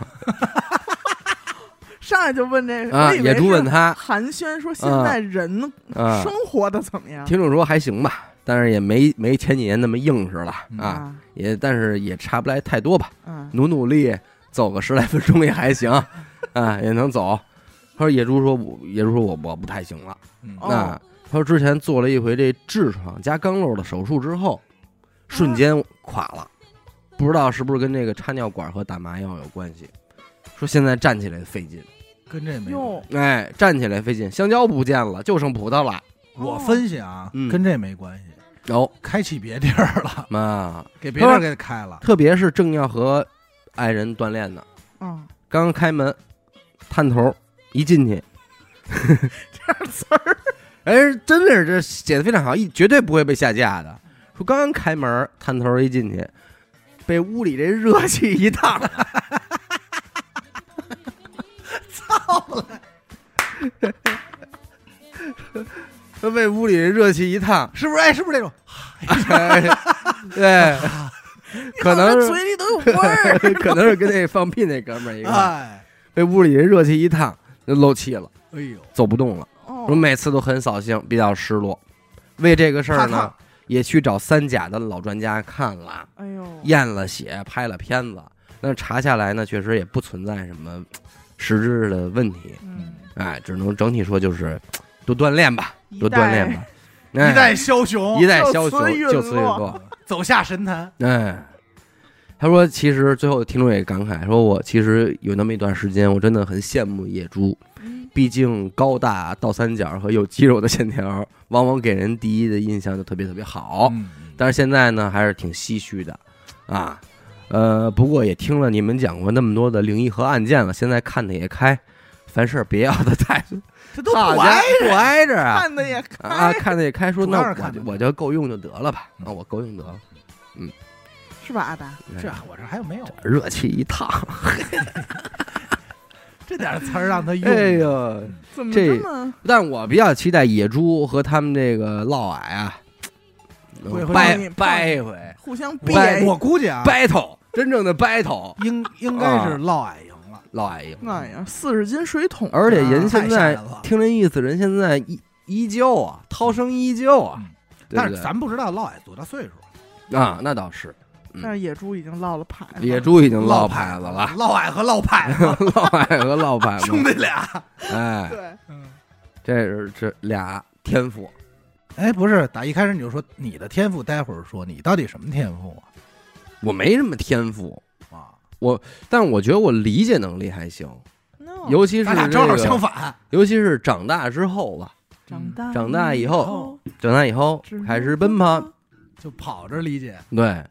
上来就问这个，
啊，
我以为
野猪
是
问他
寒暄说现在人
啊，
生活的怎么样？
听众说还行吧，但是也没没前几年那么硬实了
嗯
啊。”也但是也差不来太多吧，
啊，
努努力走个十来分钟也还行， 啊，也能走。他说野猪说我野猪说我我不太行了，
嗯
哦
那他说之前做了一回这痔疮加肛瘘的手术之后，瞬间垮了，不知道是不是跟这个插尿管和打麻药有关系。说现在站起来费劲，
跟这没关
哟
系。，
哎，站起来费劲，香蕉不见了，就剩葡萄了。
我分析啊
嗯，
跟这没关系，
哦，
开启别地儿了，
妈，
给别地儿给开了。
特别是正要和爱人锻炼呢，
嗯，
刚开门，探头一进去，
这词儿
哎，真的是这写的非常好，一绝对不会被下架的。说刚刚开门，探头一进去，被屋里这热气一 烫，操 了！被屋里这热气一烫，
是不是？哎，是不是这种？
哎、 对，可能
你看我这嘴里都有味 儿。
是可能是跟那放屁那哥们儿一
啊
个，
哎，
被屋里这热气一烫，就漏气了，
哎呦，
走不动了。
哦
我每次都很扫兴，比较失落。为这个事儿
怕
呢
烫，
也去找三甲的老专家看了，
哎呦，
验了血，拍了片子。那查下来呢，确实也不存在什么实质的问题。
嗯，
哎，只能整体说就是多锻炼吧，
一
多锻炼
代
吧。
一代
哎、
枭雄
一代枭
就
雄
此陨
就此陨
落
落。
走下神坛。
哎，他说，其实最后听众也感慨说，我其实有那么一段时间，我真的很羡慕野猪。
嗯
毕竟高大、倒三角和有肌肉的线条，往往给人第一的印象就特别特别好。
嗯，
哦但是现在呢，还是挺唏嘘的，啊，呃，不过也听了你们讲过那么多的灵异和案件了，现在看的也开，凡事别要的太
这都
好
不
家
挨
不挨着啊
看的也开
啊，看的也开，说
主
那
要是
我
看
就
得开
我就够用就得了吧，
嗯
啊，我够用得了，
是吧，阿达？
这我这还有没有？
热气一烫，
这点 词儿让他用，
哎呦！
怎么
这
这么
但我比较期待野猪和他们这个嫪毐啊，
会
能
会
掰
让你碰
掰一回。
互相
我
别呀？
我估计啊，
battle，真正的 battle，
应应该
啊
是嫪毐赢了。
老矮赢。
哎呀，四十斤水桶，啊
而且人
太
现
吓
在
人了
听这意思，人现在依依旧啊，涛声依旧啊
嗯，
对
但
不
是咱不知道嫪毐多大岁数，
对？啊，那倒是，
但是野猪已经落了牌了。
野猪已经落
牌
牌 子了，
嫪毐和嫪 牌子
落牌和落牌子
兄，弟俩。
哎，
对，
嗯，
这是这俩天赋，
哎，不是，打一开始你就说你的天赋，待会儿说你到底什么天赋
我没什么天赋，
啊？啊，
但我觉得我理解能力还行，
No，
尤其是
哦咱俩
这
正好相
个，
反。
尤其是长大之后吧，
长大
嗯长大以后
后
长大以后开始奔跑，
就跑着理解，
对，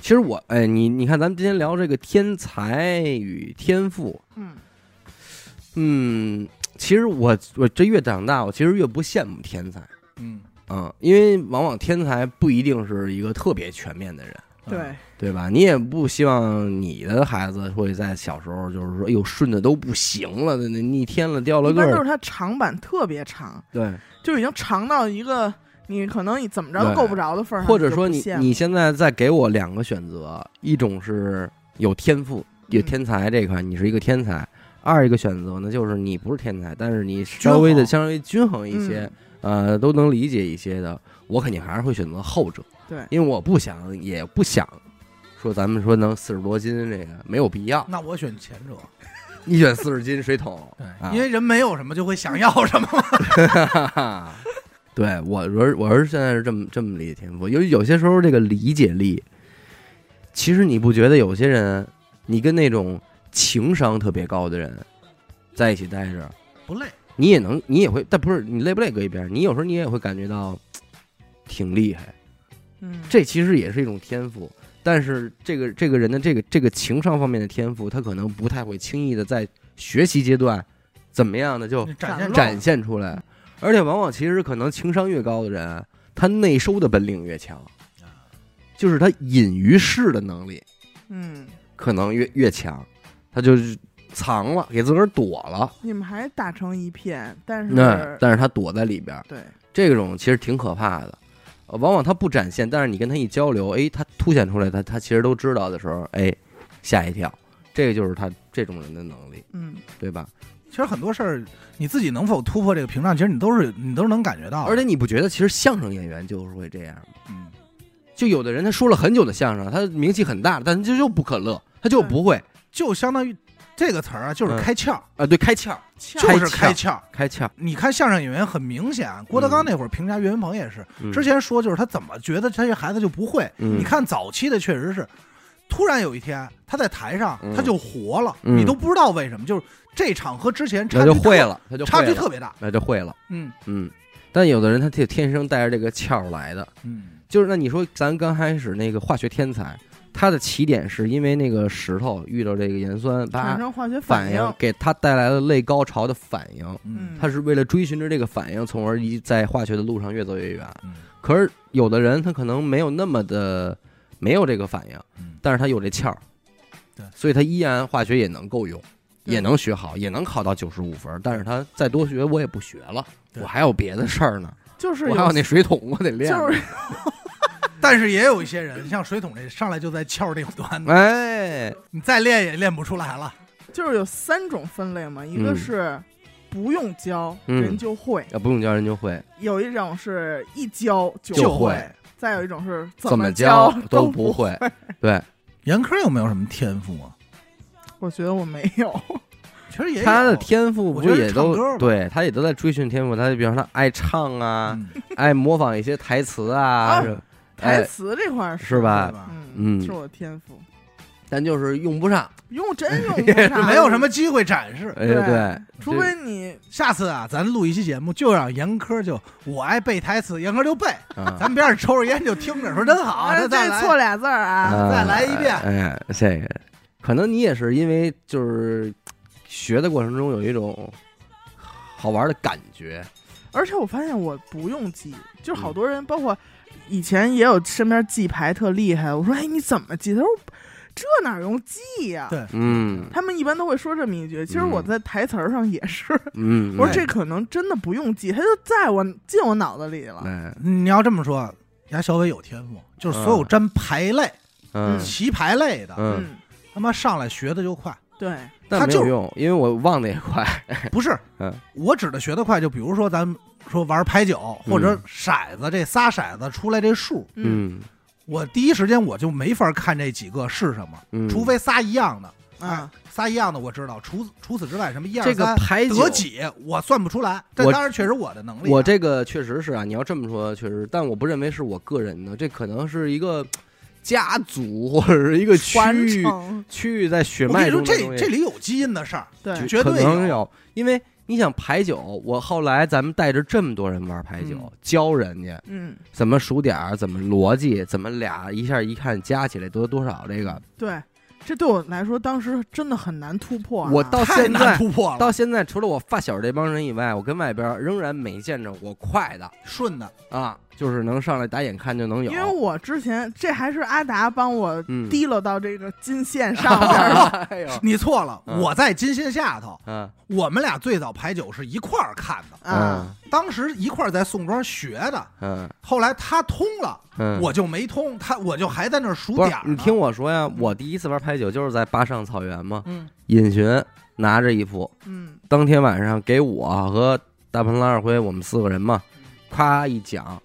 其实我哎，你你看，咱们今天聊这个天才与天赋，
嗯，
嗯，其实我我这越长大，我其实越不羡慕天才
嗯，
啊、因为往往天才不一定是一个特别全面的人，
对，
嗯
对吧？你也不希望你的孩子会在小时候就是说，哎呦，顺的都不行了，那那逆天了，掉了
一
个
般都
儿，
是它长板特别长，
对，
就已经长到一个你可能你怎么着都
对
够不着的份儿上，
或者说你
就不羡慕
你现在再给我
嗯
两个选择，一种是有天赋有天才这一块，你是一个天才；二一个选择呢，就是你不是天才，但是你稍微的
均衡
相对均衡一些，
嗯
呃，都能理解一些的，我肯定还是会选择后者。
对
因为我不想，也不想说咱们说能四十多斤这个没有必 要。
那我选前者，
你选四十斤水桶，
对
啊，
因为人没有什么就会想要什么嘛。
对我，我是我是现在是这么这么理解天赋，因为有些时候这个理解力，其实你不觉得有些人，你跟那种情商特别高的人在一起待着，
不累，
你也能，你也会，但不是你累不累搁一边儿，你有时候你也会感觉到挺厉害，
嗯，
这其实也是一种天赋。但是这个这个人的这个这个情商方面的天赋，他可能不太会轻易的在学习阶段怎么样的就
你展现出来
展现出来，而且往往其实可能情商越高的人，他内收的本领越强，就是他隐于世的能力
嗯，
可能越越强，他就是藏了，给自个儿躲了，
你们还打成一片，但是
那但是他躲在里边儿，
对，
这种其实挺可怕的。呃往往他不展现，但是你跟他一交流，哎，他凸显出来，他他其实都知道的时候，哎，吓一跳，这个就是他这种人的能力，
嗯，
对吧？
其实很多事儿你自己能否突破这个屏障，其实你都是你都是能感觉到的。
而且你不觉得其实相声演员就是会这样吗？
嗯，
就有的人他说了很久的相声，他名气很大，但他就又不可乐，他就不会
就相当于这个词儿啊，就是
嗯
开窍，
啊，对，开窍，
就
就是
开窍。
开窍。
你看相声演员很明显，啊郭德纲那会儿评价岳云鹏也是，
嗯
之前说就是他怎么觉得这些孩子就不会，
嗯
你看早期的确实是，突然有一天他在台上
嗯
他就活了，
嗯
你都不知道为什么，就是这场和之前
那
差距
就会
特，
了，他就
差距
会了
特别大。
那就会了，
嗯
嗯。但有的人他就天生带着这个窍来的，
嗯，
就是那你说咱刚开始那个化学天才，他的起点是因为那个石头遇到这个盐酸，
产
把
生化学
反
应，
应给他带来了类高潮的反应，
嗯
他是为了追寻着这个反应，从而一在化学的路上越走越远。
嗯
可是有的人他可能没有那么的没有这个反应，
嗯
但是他有这窍儿，
对
所以他依然化学也能够用，
对
也能学好，也能考到九十五分儿。但是他再多学我也不学了，
对
我还有别的事儿呢，
就是
我还
有
有那水桶我得练呢。
就是
但是也有一些人，像水桶这上来就在窍顶端的，
哎，
你再练也练不出来了。
就是有三种分类嘛，一个
嗯
是不用教、
嗯
人就会，
要不用教人就会，
有一种是一教就
就
会，
会
再有一种是
怎
么
教
都
不
会。
会。对
严科有没有什么天赋啊？
我觉得我没有，
其实也有
他的天赋不
我觉得
也
是唱
都
歌吧
对他也都在追寻天赋，他就比方说他爱唱啊，
嗯
爱模仿一些台词啊，
啊
是
台
哎
词这块儿是
是吧
对？吧
嗯，
嗯
是我的天赋，
哎但就是用不上。
用真 用不上，
没有什么，机会展示。
哎，
对
对，
除非你
下次啊，咱录一期节目，就让严科就我爱背台词，严科就背，
啊
咱们边上抽着烟就听 着，说真好，
啊
这再
这
来
错俩字儿啊，
啊
再来一遍
哎，这个可能你也是因为就是学的过程中有一种好玩的感觉，
而且我发现我不用记，就
嗯
好多人，包括以前也有身边记牌特厉害，我说哎你怎么记？他说这哪用记呀、
对
嗯
他们一般都会说这么一句，其实
嗯
我在台词儿上也是，
嗯，
我说这可能真的不用记，他就在我进我脑子里了。
哎，
你要这么说，牙小伟有天赋，就是所有沾牌类、
嗯
棋牌类的，
嗯，
嗯，
他妈上来学的就 快。
对，嗯
但
他
没有
就
用，因为我忘的也快，
不是，
嗯
我指的学得快，就比如说咱们说玩牌九或者骰子，这仨骰子出来这数，
嗯
嗯
我第一时间我就没法看这几个是什么，
嗯，
除非仨一样的，哎
啊，
仨一样的我知道。除除此之外，什么一二
这个
三
牌九
得几我算不出来，这
我
当然确实我的能力啊、
我这个确实是啊，你要这么说确实，但我不认为是我个人的，这可能是一个家族或者是一个区
传
域
承，
区域在血
我跟
脉
你说，
中的
这
东西
这里有基因的事儿，
对，
就
绝
可
对
能
有
有，因为你想牌九，我后来咱们带着这么多人玩牌九，
嗯
教人家
嗯，
怎么数点儿，怎么逻辑，怎么俩一下一看加起来多多少这
嗯
个，
对，这对我来说当时真的很难突破啊、
我到
太
现
难
在。
突破
到
了，
现在，除了我发小这帮人以外，我跟外边仍然没见着我快的
顺的。
啊，就是能上来打眼看就能有
因。为我之前这还是阿达帮我
嗯，
提溜到这个 金线上边儿了，
哎呦，
你错了，
嗯
我在金线下头，
嗯
我们俩最早牌九是一块儿看的，
啊，
嗯
当时一块儿在宋庄学的。
嗯
后来他通了，
嗯，
我就没通，他我就还在那儿数啊
不是
点儿。
你听，我说呀，我第一次玩牌九就是在巴上草原嘛，
嗯，
尹寻拿着一幅，
嗯
当天晚上给我和大鹏、蓝二辉，我们四个人嘛，夸一讲，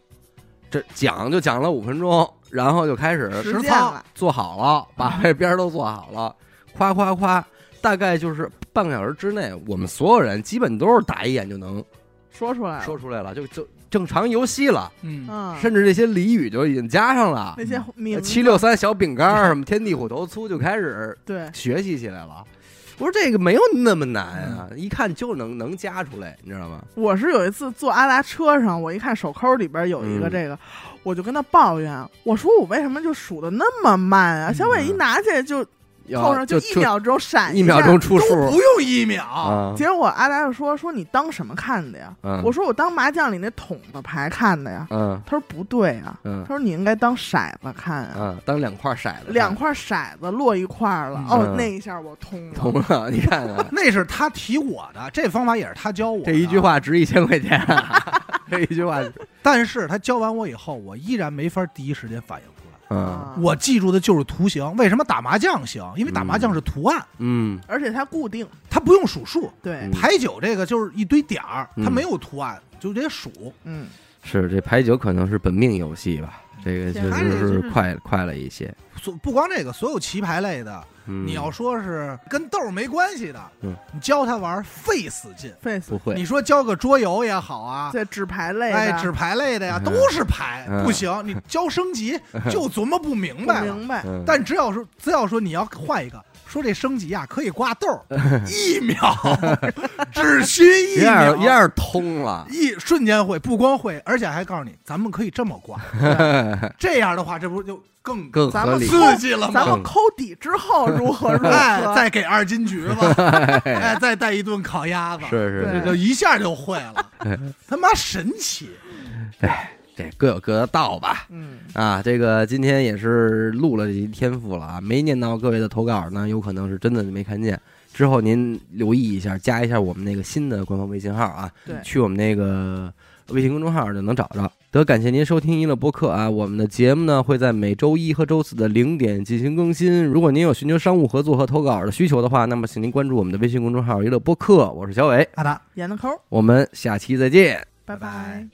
这讲就讲了五分钟，然后就开始
实
实
践
操
了，
做好了，把这边儿都做好了，夸夸夸，大概就是半个小时之内，我们所有人基本都是打一眼就能
说出来了，
说出来了，就就正常游戏了，
嗯，
嗯，
甚至这些俚语就已经加上了，
那些名
嗯呃
字
七六三小饼干儿什么天地虎头粗就开始
对，
学习起来了。我说这个没有那么难啊，
嗯
一看就能能加出来，你知道吗？
我是有一次坐阿达车上，我一看手抠里边有一个
嗯
这个，我就跟他抱怨，我说我为什么就数的那么慢啊？小伟一拿起来就扣
要
上，
嗯就
一秒钟闪
一
下
秒钟。出
都
数
不用一秒，
啊！
结果阿达就说说你当什么看的呀？
嗯
我说我当麻将里那筒子牌看的呀。
嗯
他说不对啊，
嗯
他说你应该当骰子看啊，
嗯，当两块骰子，
两块骰子摞一块儿了。
嗯
哦，那一下我通了。
同了，你看 看
那是他提我的，这方法也是他教我
嗯
的
这一句，话值一千块钱啊， 这一句话，
但是他教完我以后，我依然没法第一时间反应出来。
嗯
啊
我记住的就是图形，为什么打麻将行？因为打麻将是图案，
嗯
而且它固定，
它不用数数。
对
嗯，
牌九这个就是一堆点儿，
嗯
它没有图案，就得数。
嗯，
是这牌九可能是本命游戏吧，这个确
还
实
是就是是
快快了一些。
所不光这个，所有棋牌类的，
嗯，
你要说是跟豆儿没关系的，
嗯
你教他玩儿费死劲。
费死
不会
你说教个桌游也好啊，
在纸牌类的，
哎，纸牌类的呀，
嗯
都是牌，
嗯
不行，你教升级就琢磨不明
不
白了。
明白。
嗯
但只要说，只要说你要换一个，说这升级啊可以挂豆儿， 一秒， 只需一
一下一
秒，
下通了，
一瞬间会，不光会，而且还告诉你，咱们可以这么 挂，这样的话，这不就更
更
咱
合
们
理。
刺激了
咱
吗？
们抠底之后如何如何？
哎，再给二斤橘子， 哎，再带一顿烤鸭子，
是
对
是
这
是，
就一下就会 了
哎，
他妈神奇！
这各有各的道吧。
嗯，
啊，这个今天也是录了一天赋了啊，没念到各位的投稿呢，有可能是真的没看见。之后您留意一下，加一下我们那个新的官方微信号啊，
对
去我们那个微信公众号就能找着。得感谢您收听一乐播客啊，我们的节目呢会在每周一和周四的零点进行更新。如果您有寻求商务合作和投稿的需求的话，那么请您关注我们的微信公众号“一乐播客”，我是小伟，
阿达，
严的抠，
我们下期再见。
拜
拜拜
拜